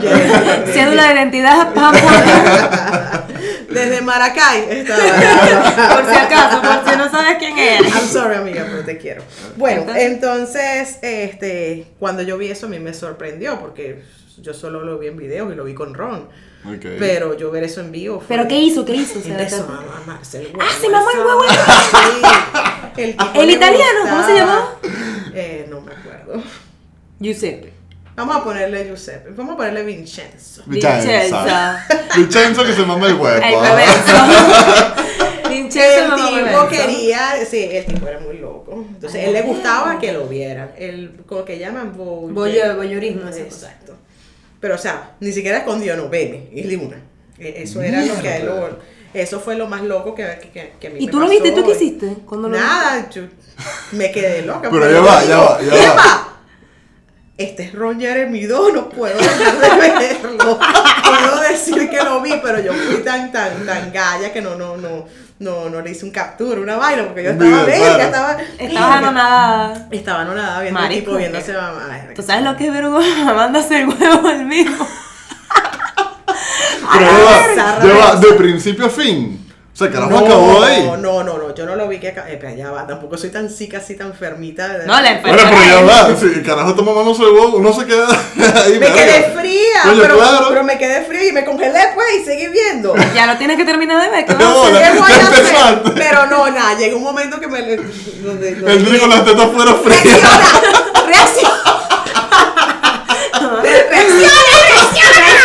C: [laughs]
D: Jeremy
C: Cédula de identidad, [laughs] pam, pam.
D: desde Maracay estaba
C: [laughs] Por si acaso, por si no sabes quién eres.
D: I'm sorry, amiga, pero te quiero. Bueno, entonces, este, cuando yo vi eso a mí me sorprendió porque yo solo lo vi en videos y lo vi con Ron.
B: Ok.
D: Pero yo ver eso en vivo fue...
C: ¿Pero qué hizo? ¿Qué hizo? O sea,
D: Empezó
C: está-
D: a mamarse el huevo.
C: Ah, se mamó el huevo.
D: Sí. El, tipo
C: ¿El
D: le
C: italiano? ¿Cómo se
D: gustaba. Eh, no me acuerdo.
C: Giuseppe.
D: Vamos a ponerle Giuseppe. Vamos a ponerle Vincenzo.
B: Vicenza. [laughs]
C: Vincenza.
B: Vicenza que se mama el huevo.
C: El
B: ah.
D: [laughs]
C: bebezo. Vincenzo
D: el
C: mamá
D: tipo
C: bebezo.
D: quería, sí, el tipo era muy loco. Entonces, él le gustaba que lo vieran. El, como que llaman voy
C: Voye- voyeurismo, esa cosa.
D: Exacto. Pero, o sea, ni siquiera escondido, no, veme, y limuna. E- Eso era lo que a él lo- Eso fue lo más loco que, que, que, que a mí
C: ¿Y
D: me
C: tú lo viste?
D: pasó.
C: ¿Tú qué hiciste cuando lo
D: Nada, yo me quedé loca.
B: Pero
D: porque
B: ya
D: yo
B: va,
D: digo,
B: ya va, ya va.
D: "Epa, Este es Ron Jeremy 2, no puedo dejar de verlo. Puedo decir que lo vi, pero yo fui tan, tan, tan galla que no, no, no, no, no le hice un captura, una vaina, porque yo
B: Un
D: estaba
B: video,
D: verga,
B: claro.
D: estaba.
C: Estabas anonadada.
D: Estaba no nada viendo el
C: Marico,
D: tipo
C: ¿qué?
D: viéndose mamá.
C: ¿Tú sabes lo que es vergüenza? Mándase el huevo al
D: [laughs]
C: mismo.
B: Pero
D: Ay,
B: ya va,
D: zarra,
B: ya va,
D: zarra.
B: de principio a fin. O sea, carajo,
D: no,
B: acabó ahí.
D: No, no, no, no, yo no lo vi que acá. Eh, pero ya va, tampoco soy tan psica, así tan fermita. de-
C: No, la
B: Bueno,
C: enfermera.
B: pero ya va. Si el carajo toma mano sobre el huevo, uno se queda [laughs] ahí.
D: Me
B: verga.
D: quedé fría,
B: Coño,
D: pero,
B: claro.
D: pero me quedé fría y me congelé, pues, y seguí viendo.
C: Ya lo tienes que terminar de ver. ¿qué
B: No,
C: vas
B: [laughs]
C: a hacer?
B: la-
D: ¿Qué voy a
B: está
D: hacer?
B: empezando.
D: Pero no, nada, llegó un momento que me. Donde, donde-
B: El niño con las tetas fuera frías.
C: [laughs]
D: ¡Reacciona! ¡Reacciona! ¡Reacciona!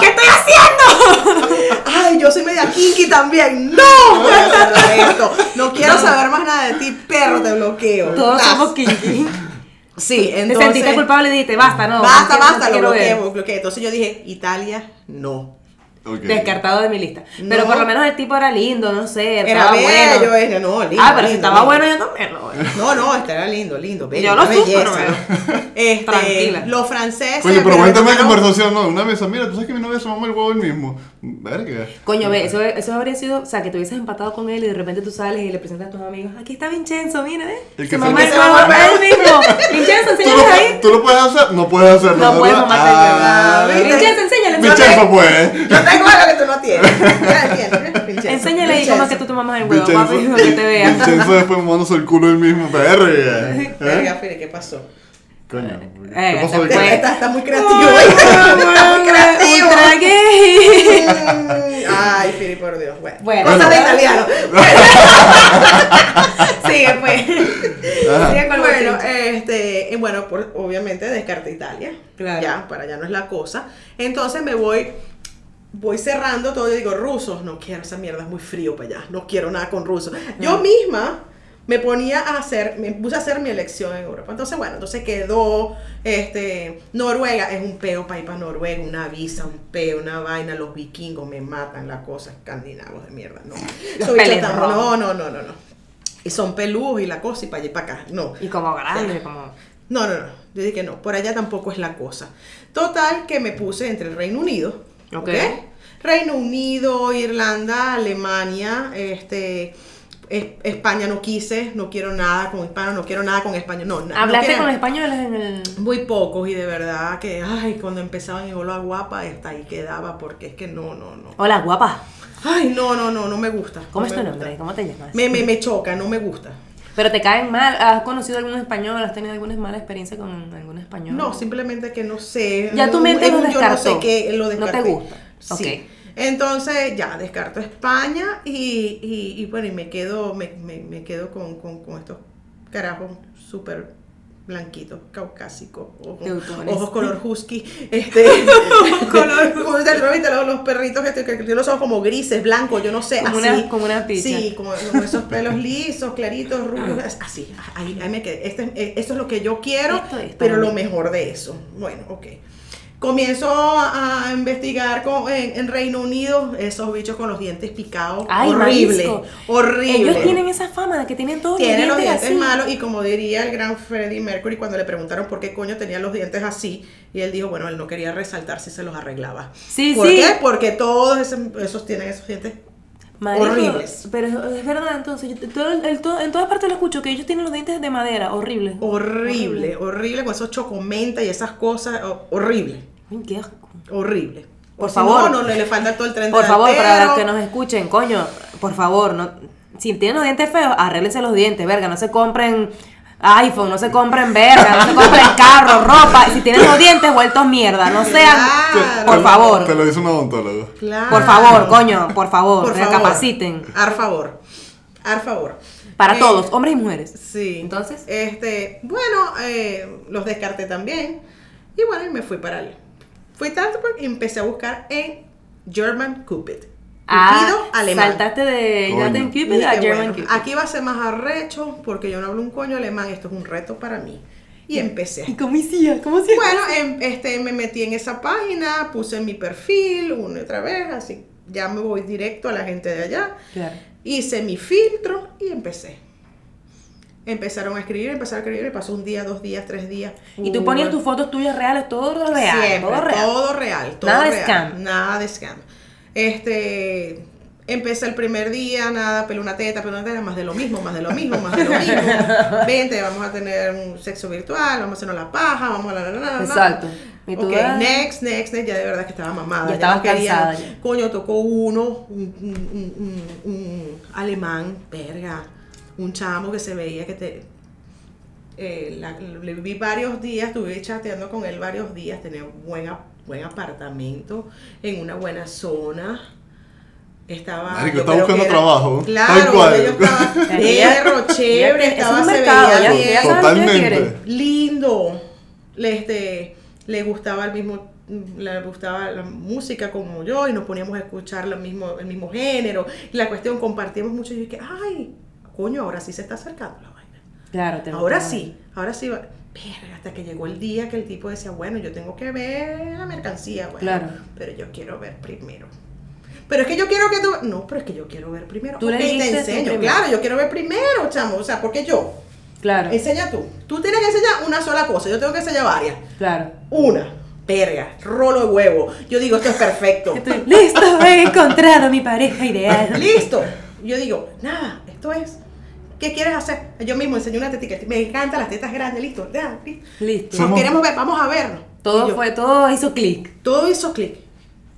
C: ¿Qué estoy haciendo?
D: ¡Ay, yo soy media kinky también! ¡No! voy a hacer esto. No quiero saber más nada de ti, perro, te bloqueo.
C: Todos
D: Tas.
C: somos
D: [laughs]
C: kinky.
D: Sí,
C: Te
D: entonces.
C: sentiste culpable y dijiste, basta, no.
D: basta,
C: no quiero- no
D: basta,
C: quiero
D: lo
C: ver.
D: bloqueé, bloqueé. Entonces yo dije, Italia, no.
B: Ok.
C: Descartado de mi lista. Pero
D: No.
C: por lo menos el tipo era lindo, no sé.
D: Era
C: Estaba
D: bello,
C: ah, bueno.
D: era- no, lindo.
C: ah, pero si
D: lindo,
C: estaba
D: lindo.
C: bueno, yo también lo voy.
D: No, no, estará lindo, lindo. bello,
C: Yo lo
D: una
C: supo,
D: belleza.
C: no,
D: Este,
C: Tranquila.
D: Los franceses.
B: Coño, pero
D: me
B: cuéntame la
D: recordaron-
B: conversación, ¿no? Una vez, mira, tú sabes que mi novia se mamó el huevo él mismo. Verga.
C: Coño, ve, eso, eso habría sido, o sea, que te hubieses empatado con él y de repente tú sales y le presentas a tus amigos, aquí está Vincenzo, mira, ¿eh?
B: El que se-
C: Se mamá
B: el
C: el
B: que
D: se
C: huevo,
D: mamó el
C: él
D: [laughs]
C: mismo. Vincenzo,
B: ¿Tú lo,
C: enséñale ahí.
B: tú lo puedes hacer? No puedes hacerlo.
C: No
B: ¿verdad?
C: puedes mamarte el huevo.
B: Ah,
D: ¿viste?
C: Vincenzo, enséñale.
B: Mi
C: enséñale.
B: chefa pues. puede.
D: Yo tengo algo que tú no tienes. Ya entiendes, pinche.
C: Enséñale ahí
D: Pinche
C: cómo es que
D: eso.
C: tú te mamas el huevo,
B: Vincenzo,
C: papi, hijo, que te vea.
B: Vincenzo después mamándose el culo él mismo. Verga.
C: [laughs]
D: [laughs]
B: ¿Eh?
D: Verga, Fede, ¿qué pasó?
B: Coño.
C: Eh,
B: ¿Qué pasó
C: se fue.
B: ahorita?
D: [laughs] Está, está muy creativo.
C: [laughs] Ay,
D: [laughs] está muy creativo.
C: Un tragué.
D: Mm, [laughs] Ay, Fili, por Dios. Bueno,
C: Bueno.
D: cosas de
C: Bueno.
D: italiano.
C: Sigue, pues. Sigue con el
D: bueno,
C: bochinche.
D: este, y bueno, por- obviamente descarté Italia.
C: Claro.
D: Ya, para allá no es la cosa. Entonces me voy, voy cerrando todo y digo, rusos, no quiero esa mierda, es muy frío para allá. No quiero nada con rusos. Yo misma me ponía a hacer, me puse a hacer mi elección en Europa. Entonces, bueno, entonces quedó, este, Noruega, es un peo para ir para Noruega, una visa, un peo, una vaina, los vikingos me matan, la cosa, escandinavos de mierda, no. Esos bichos tan-
C: pelirrojos.
D: No, no, no, no, no. Y son peludos y la cosa y para allá y para acá. No.
C: Y como grande, como...
D: No, no, no. Yo dije que no. Por allá tampoco es la cosa. Total, que me puse entre el Reino Unido.
C: Ok.
D: ¿ok? Reino Unido, Irlanda, Alemania, este. es- España no quise, no quiero nada con hispano, no quiero nada con español. No, na- no
C: ¿Hablaste
D: quiero-
C: con españoles en el...?
D: muy pocos y de verdad que, ay, cuando empezaban y hola guapa, hasta ahí quedaba porque es que no, no, no.
C: Hola, guapa.
D: Ay, no, no, no, no me gusta.
C: Oh. ¿Cómo
D: no
C: es
D: me
C: tu
D: gusta.
C: nombre? ¿Cómo te llamas?
D: Me, me, me choca, no me gusta.
C: Pero te caen mal, ¿has conocido algún español? ¿Has tenido alguna mala experiencia con algún español?
D: No, simplemente que no sé.
C: Ya tu
D: no,
C: mente
D: es
C: lo
D: un yo no sé
C: descartó.
D: qué, lo
C: No te
D: descarté.
C: gusta.
D: Sí.
C: Ok.
D: Entonces, ya, descarto España y, y- y bueno, y me quedo, me, me- me quedo con, con- con estos carajos súper blanquitos, caucásicos, ojos,
C: Teutones.
D: ojos color husky,
C: [laughs]
D: este, [laughs] color, como te lo viste, los, los perritos que, que, que los ojos como grises, blancos, yo no sé,
C: Como
D: así.
C: una- como una picha.
D: Sí, como, como esos pelos lisos, claritos, rubios, así, ahí, ahí me quedé. Este, eh, esto es lo que yo quiero,
C: Ah. Esto es para
D: pero lo
C: mí.
D: mejor de eso. Bueno, ok. Comienzo a a investigar con, en, en Reino Unido esos bichos con los dientes picados.
C: Ay,
D: horrible,
C: marisco.
D: horrible.
C: Ellos tienen esa fama de que tienen todos
D: Tienen
C: los dientes así.
D: malos y como diría el gran Freddie Mercury cuando le preguntaron por qué coño tenía los dientes así y él dijo, bueno, él no quería resaltar si se los arreglaba.
C: Sí,
D: ¿Por
C: sí.
D: qué? Porque todos esos, esos tienen esos dientes
C: Marico,
D: horribles.
C: Pero es verdad, entonces, yo- todo el- el- todo- en todas partes lo escucho, que ellos tienen los dientes de madera, horribles.
D: horrible, horrible con esos chocomenta y esas cosas, oh, horrible,
C: Ay, qué asco.
D: horrible.
C: Por
D: O si
C: favor.
D: no, no le, le falta todo el tren
C: Por favor, para los
D: delantero.
C: que nos escuchen, coño, por favor, no, si tienen los dientes feos, arréglense los dientes, verga, no se compren iPhone, no se compren verga, no se
D: [laughs]
C: compren carro, ropa, si tienen los dientes vueltos mierda, no sean,
D: Claro.
C: por favor.
B: Te lo dice un odontólogo.
D: Claro.
C: por favor, coño, por favor,
D: Por favor.
C: recapaciten.
D: Ar favor. Ar favor.
C: Para
D: Eh,
C: todos, hombres y mujeres.
D: Sí.
C: Entonces.
D: Este, bueno, eh, los descarté también. Y bueno, y me fui para allá. Fui tanto porque empecé a buscar en German Cupid.
C: Ah,
D: Cupido alemán.
C: saltaste de
B: Coño.
C: Jonathan
D: Y
C: Cupid a
D: dije,
C: German
D: bueno,
C: Cupid.
D: Aquí va a ser más arrecho porque yo no hablo un coño alemán. Esto es un reto para mí. Y empecé
C: [laughs]
D: a
C: ¿Y cómo hicía? ¿Cómo hacía?
D: Bueno, em, este, me metí en esa página, puse mi perfil una y otra vez, así ya me voy directo a la gente de allá.
C: Claro.
D: Hice mi filtro y empecé. Empezaron a escribir, empezaron a escribir, y pasó un día, dos días, tres días.
C: Y tú ponías
D: Uy,
C: tus fotos tuyas reales, todo real,
D: Siempre,
C: todo real.
D: Todo real, todo
C: Nada de
D: real,
C: scam.
D: Nada de scam. Este, empecé el primer día, nada, peló una teta, peló una teta, más de lo mismo, más de lo mismo, más de lo
C: [laughs]
D: mismo. Vente, vamos a tener un sexo virtual, vamos a hacernos la paja, vamos a la, la, la, la, la.
C: Exacto. Y tú,
D: Ok,
C: ay.
D: next, next, next, ya de verdad que estaba mamada.
C: Ya estabas cansada
D: no.
C: ya.
D: Coño, tocó uno, un, un- un- un- un alemán, verga, un chamo que se veía que te, eh, la- le vi varios días, estuve chateando con él varios días, tenía un buen, ap- buen apartamento en una buena zona. Estaba.
B: Marico,
D: yo
B: está
D: creo
B: buscando
D: que
B: trabajo,
D: Claro,
B: tal cual.
D: yo
B: [laughs]
D: estaba perro,
C: Ya
D: chévere,
C: te- es
D: estaba
C: un
D: se
C: mercado,
D: veía
C: ya-
D: bien
C: ya sabes lo que
B: Totalmente.
C: quieres.
D: lindo. Le, este, le gustaba el mismo, le gustaba la música como yo y nos poníamos a escuchar lo mismo, el mismo género. Y la cuestión compartíamos mucho y yo dije, ay, coño, ahora sí se está acercando la vaina.
C: Claro, te lo
D: Ahora
C: juro.
D: sí, ahora sí. va- Verga, hasta que llegó el día que el tipo decía, bueno, yo tengo que ver la mercancía, bueno,
C: Claro.
D: pero yo quiero ver primero Pero es que yo quiero que tú. No, pero es que yo quiero ver primero.
C: Tú le
D: Ok, te
C: dijiste tú
D: enseño.
C: primero.
D: Claro, yo quiero ver primero, chamo. O sea, porque yo.
C: Claro,
D: Enseña tú. Tú tienes que enseñar una sola cosa. Yo tengo que enseñar varias.
C: claro.
D: Una. Verga. Rolo de huevo. Yo digo, esto
C: [laughs]
D: es perfecto.
C: Estoy, Listo, he encontrado mi pareja ideal.
D: [laughs] Listo. Yo digo, nada, esto es. ¿Qué quieres hacer? Yo mismo enseñé una tetica. Me encantan las tetas grandes. Listo. ya, listo.
C: Listo.
D: Nos
B: Somos-
D: queremos ver. Vamos a verlo. Y
C: Todo
D: yo,
C: fue, todo hizo clic.
D: Todo hizo clic.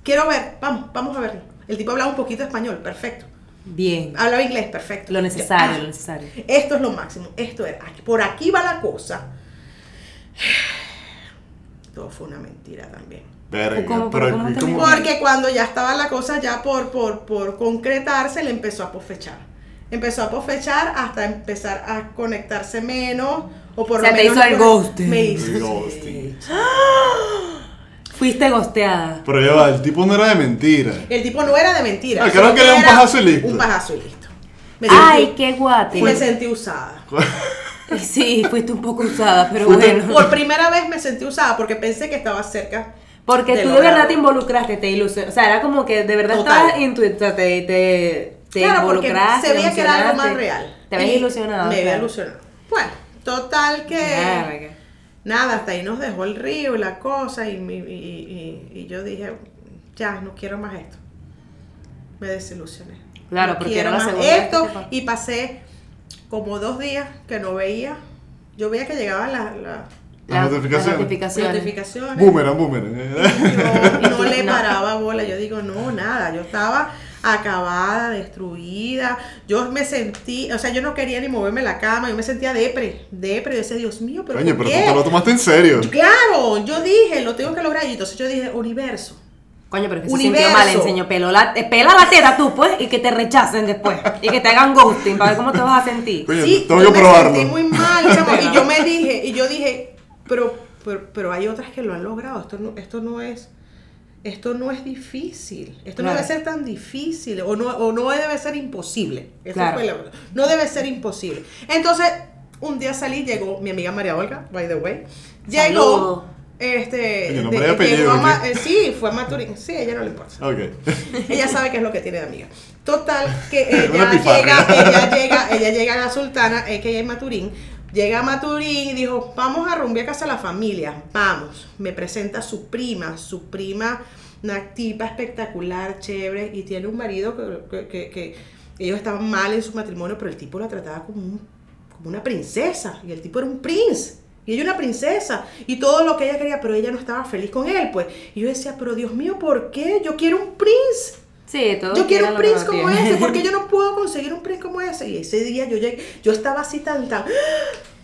D: Quiero ver. Vamos, vamos a verlo. El tipo hablaba un poquito español. Perfecto.
C: Bien.
D: Hablaba inglés. Perfecto.
C: Lo
D: Yo,
C: necesario,
D: ah,
C: lo necesario.
D: Esto es lo máximo. Esto era. aquí- Por aquí va la cosa. Todo fue una mentira también.
B: Verga,
C: ¿Cómo-
B: pero
C: cómo
B: ¿y
C: te
B: cómo-
C: metes?
D: Porque cuando ya estaba la cosa ya por, por, por concretarse, le empezó a posfechar. Empezó a posfechar hasta empezar a conectarse menos. O
C: O
D: por lo
C: sea, te
D: menos
C: hizo el
D: no-
C: ghosting.
D: Me hizo
B: El ghosting.
C: Fuiste gosteada.
B: Pero ya va, el tipo no era de mentira. [laughs]
D: El tipo no era de mentira.
B: Ah, creo que era un pajazo y listo.
D: Un pajazo y listo. Me
C: Ay,
D: sentí-
C: qué guate.
D: Me sentí usada.
C: [laughs] Sí, fuiste un poco usada, pero
B: Fuiste-
C: bueno.
D: Por primera vez me sentí usada porque pensé que estaba cerca.
C: Porque
D: de
C: tú de
D: lograrlo.
C: verdad te involucraste, te ilusionaste. O sea, era como que de verdad
D: Total.
C: estabas intuitiva, te, te, te
D: claro, porque
C: involucraste.
D: se veía que era algo más
C: emocionaste.
D: real.
C: Te habías
D: Y
C: ilusionado.
D: Me había
C: claro.
D: ilusionado. Bueno, total que.
C: Verga.
D: nada, hasta ahí nos dejó el río y la cosa, y, mi- y- y- y yo dije, ya, no quiero más esto. Me desilusioné.
C: Claro,
D: No
C: porque
D: quiero
C: era la
D: más
C: segunda vez
D: esto.
C: que te pasa.
D: Y pasé como dos días que no veía. Yo veía que llegaban las las
B: La notificación.
C: Las notificaciones.
D: notificaciones.
B: Boomerang, boomerang.
D: Yo no
C: [laughs]
D: le
C: No.
D: paraba bola, yo digo, no, nada, yo estaba acabada, destruida, yo me sentí, o sea, yo no quería ni moverme de la cama, yo me sentía depre, depre, yo decía, Dios mío, pero
B: Coño,
D: ¿por
B: pero
D: qué?
B: tú te lo tomaste en serio.
D: Claro, yo dije, lo tengo que lograr. Y entonces yo dije, universo.
C: Coño, pero es que
D: Universo.
C: se sintió mal, enseñó pelo la, eh, pela la teta tú, pues, y que te rechacen después. y que te hagan ghosting para ver cómo te vas a sentir.
B: Coño,
D: sí,
B: tengo
D: yo
B: que
D: me
B: probarlo.
D: sentí muy mal, chamo, y
C: [laughs]
D: yo me dije, y yo dije, pero, pero, pero hay otras que lo han logrado. Esto no, esto no es, esto no es difícil. Esto no
C: Claro.
D: debe ser tan difícil, o no, o no debe ser imposible. Esa
C: Claro.
D: fue la verdad. No debe ser imposible. Entonces, un día salí, llegó mi amiga María Olga, by the way, llegó.
C: Saludos.
D: Este,
B: Oye, nombre y apellido,
D: llegó a Ma-
B: ¿qué?
D: eh, sí, fue a Maturín. Sí, a ella no le importa.
B: Ok.
D: Ella sabe qué es lo que tiene de amiga. Total, que ella
B: Una
D: llega,
B: pifarra.
D: ella llega, ella llega a la sultana, es que ella es Maturín. Llega a Maturín y dijo, vamos a rumbear a casa de la familia, vamos. Me presenta a su prima, su prima, una tipa espectacular, chévere, y tiene un marido que, que- que- que ellos estaban mal en su matrimonio, pero el tipo la trataba como, un- como una princesa, y el tipo era un prince. Y ella una princesa, y todo lo que ella quería, pero ella no estaba feliz con él, pues. Y yo decía, pero Dios mío, ¿por qué? Yo quiero un prince.
C: Sí, todo
D: Yo quiero un prince como ese,
C: eso
D: porque yo no puedo conseguir un prince como ese. Y ese día yo llegué, yo estaba así tan tan.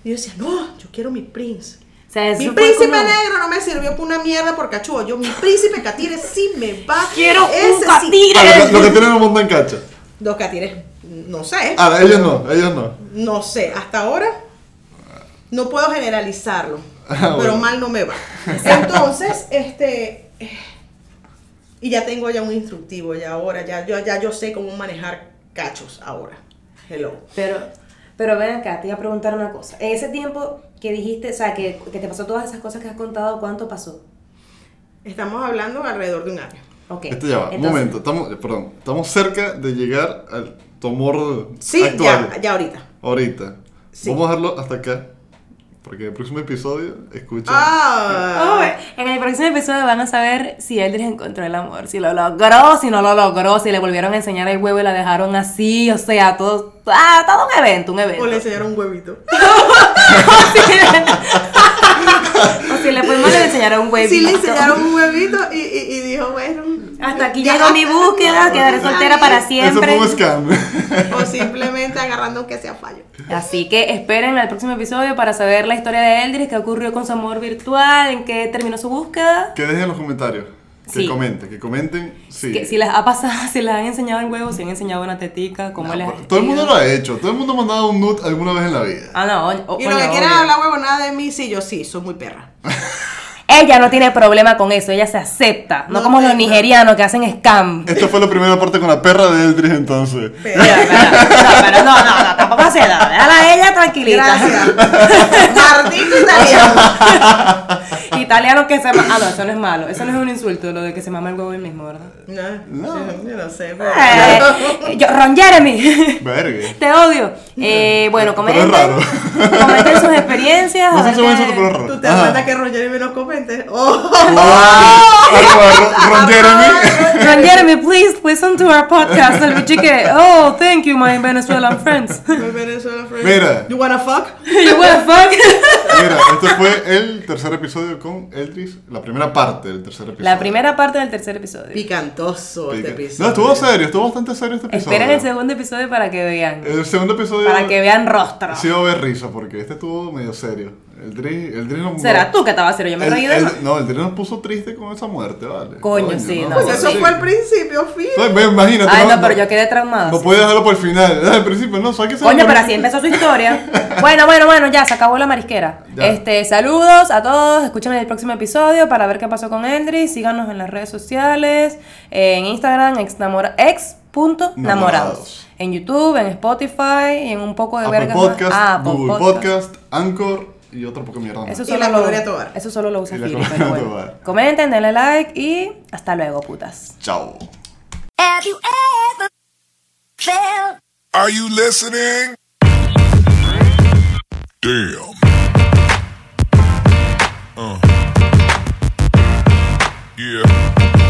D: Y yo decía, no, yo quiero mi prince.
C: [laughs] O sea, eso
D: Mi
C: fue
D: príncipe
C: como-
D: negro no me sirvió para una mierda por cachudo. Yo, mi príncipe catire sí me va.
C: Quiero
D: Ese
C: un
D: sí.
C: catire.
B: Ah, lo, que- lo que tienen no montan cacha.
D: Los catires, no sé.
B: Ah, ellos no, ellos no.
D: No sé, hasta ahora no puedo generalizarlo,
B: [laughs] Ah, bueno.
D: pero mal no
B: [laughs]
D: me va. Entonces, este eh, y ya tengo ya un instructivo ya ahora, ya yo ya yo sé cómo manejar cachos ahora. Hello.
C: Pero, pero ven acá, te iba a preguntar una cosa. En ese tiempo que dijiste, o sea, que, que te pasó todas esas cosas que has contado, ¿cuánto pasó?
D: Estamos hablando alrededor de un año.
C: Ok.
B: Esto Este ya va, un
C: entonces-
B: momento. Estamos, perdón, estamos cerca de llegar al tomor
D: Sí,
B: actual.
D: ya, ya ahorita.
B: Ahorita.
D: Sí.
B: Vamos a dejarlo hasta acá. Porque en el próximo episodio escucha.
D: Ah.
C: Oh, en el próximo episodio van a saber si Eldridge encontró el amor, si lo logró, si no lo logró, si le volvieron a enseñar el huevo y la dejaron así, o sea, todo, ah, todo un evento, un evento. [laughs]
D: O le enseñaron un huevito.
C: o si le fue mal, le enseñaron un huevito.
D: Sí, le enseñaron un huevito y, y, y dijo, bueno.
C: Hasta aquí
D: Ya.
C: llegó mi búsqueda, quedaré soltera
D: [laughs]
C: para
B: Eso
C: siempre.
B: fue un scam. [laughs]
D: O simplemente agarrando que sea fallo.
C: Así que esperen al próximo episodio para saber la historia de Eldris, qué ocurrió con su amor virtual, en qué terminó su búsqueda,
B: que dejen los comentarios. Que
C: Sí.
B: comenten, que comenten. Sí.
C: que si les ha pasado, [laughs] si les han enseñado el huevo, si han enseñado una tetica, cómo
B: Ah,
C: les
B: pero todo el mundo lo ha hecho. Todo el mundo ha mandado un nude alguna vez en la vida.
C: Ah, no, o- o-
D: Y lo que
C: coño,
D: quieran
C: obvio.
D: hablar huevonada de mí, sí, yo sí, soy muy perra.
C: Ella no tiene problema con eso, ella se acepta, no,
D: No,
C: como los
D: pero-
C: nigerianos que hacen scam.
B: Esta fue la primera parte con la perra de Eldridge entonces.
C: [laughs] Mira, mira, no, pero no, no, no, tampoco se da, déjala a ella tranquilita.
D: Gracias. Mardito italiano.
C: Italiano que se ma- Ah, no, eso no es malo. Eso no es un insulto, lo de que se mama el huevo el mismo, ¿verdad?
D: [laughs] No,
B: No.
D: Yo no sé.
C: Eh, yo, Ron Jeremy. [laughs]
B: Verga.
C: Te odio. Eh, bueno,
B: Pero es
C: comenten,
B: raro.
C: comenten sus experiencias.
B: No
C: a
B: sé
C: ver
B: si es un insulto,
C: qué-
B: pero es raro.
D: ¿Tú te das
B: Ajá.
D: cuenta que Roger me lo comente? ¡Oh!
B: Wow.
C: [laughs]
B: Arroba Ron- Ron Jeremy.
C: Ron Jeremy, please listen to our podcast. El bichique. Oh, thank you, my Venezuelan friends. [laughs]
D: My Venezuela friend.
B: Mira.
D: You wanna fuck?
C: You what the
B: [laughs]
C: fuck? [laughs]
B: Mira, este fue el tercer episodio con Eldris, la primera parte del tercer episodio.
C: La primera parte del tercer episodio.
D: Picantoso este episodio.
B: No, estuvo serio, estuvo bastante serio este episodio.
C: Esperen el segundo episodio para que vean.
B: El segundo episodio
C: Para que vean rostro.
B: sí va a haber risa, porque este estuvo medio serio. Eldris, Eldris no
C: Será tú que estabas serio. Yo me
B: El-
C: reí de
B: el- no, el nos puso triste con esa muerte, vale.
C: Coño, sí, no.
D: Pues eso
B: Sí.
D: fue al principio, fin.
B: No, ve, imagínate.
C: Ay, no, pero yo quedé traumada.
B: este No podía dejarlo por el final. Al principio, no, ¿sabes qué se
C: Coño,
B: llama?
C: pero así empezó
B: [laughs]
C: su historia. Bueno, bueno, bueno, ya se acabó la marisquera.
B: Ya.
C: Este, saludos a todos. Escuchen el próximo episodio para ver qué pasó con Endry. Síganos en las redes sociales, en Instagram, exnamora- ex punto
B: Enamorados.
C: ex.namorados. En YouTube, en Spotify, y en un poco de
B: Apple
C: verga.
B: Podcast,
C: Ah, Apple
B: Google Podcast. Anchor y otra poca mierda. más.
C: Eso
D: Y
C: solo,
D: la Colonia
C: lo,
D: Tovar.
C: eso solo lo usa
B: Y la
C: Fili,
B: Colonia
C: pero bueno.
B: Tovar.
C: Comenten, denle like y hasta luego, putas.
B: Chao.
E: Have you ever felt
A: Are you listening? Damn. Uh. Yeah.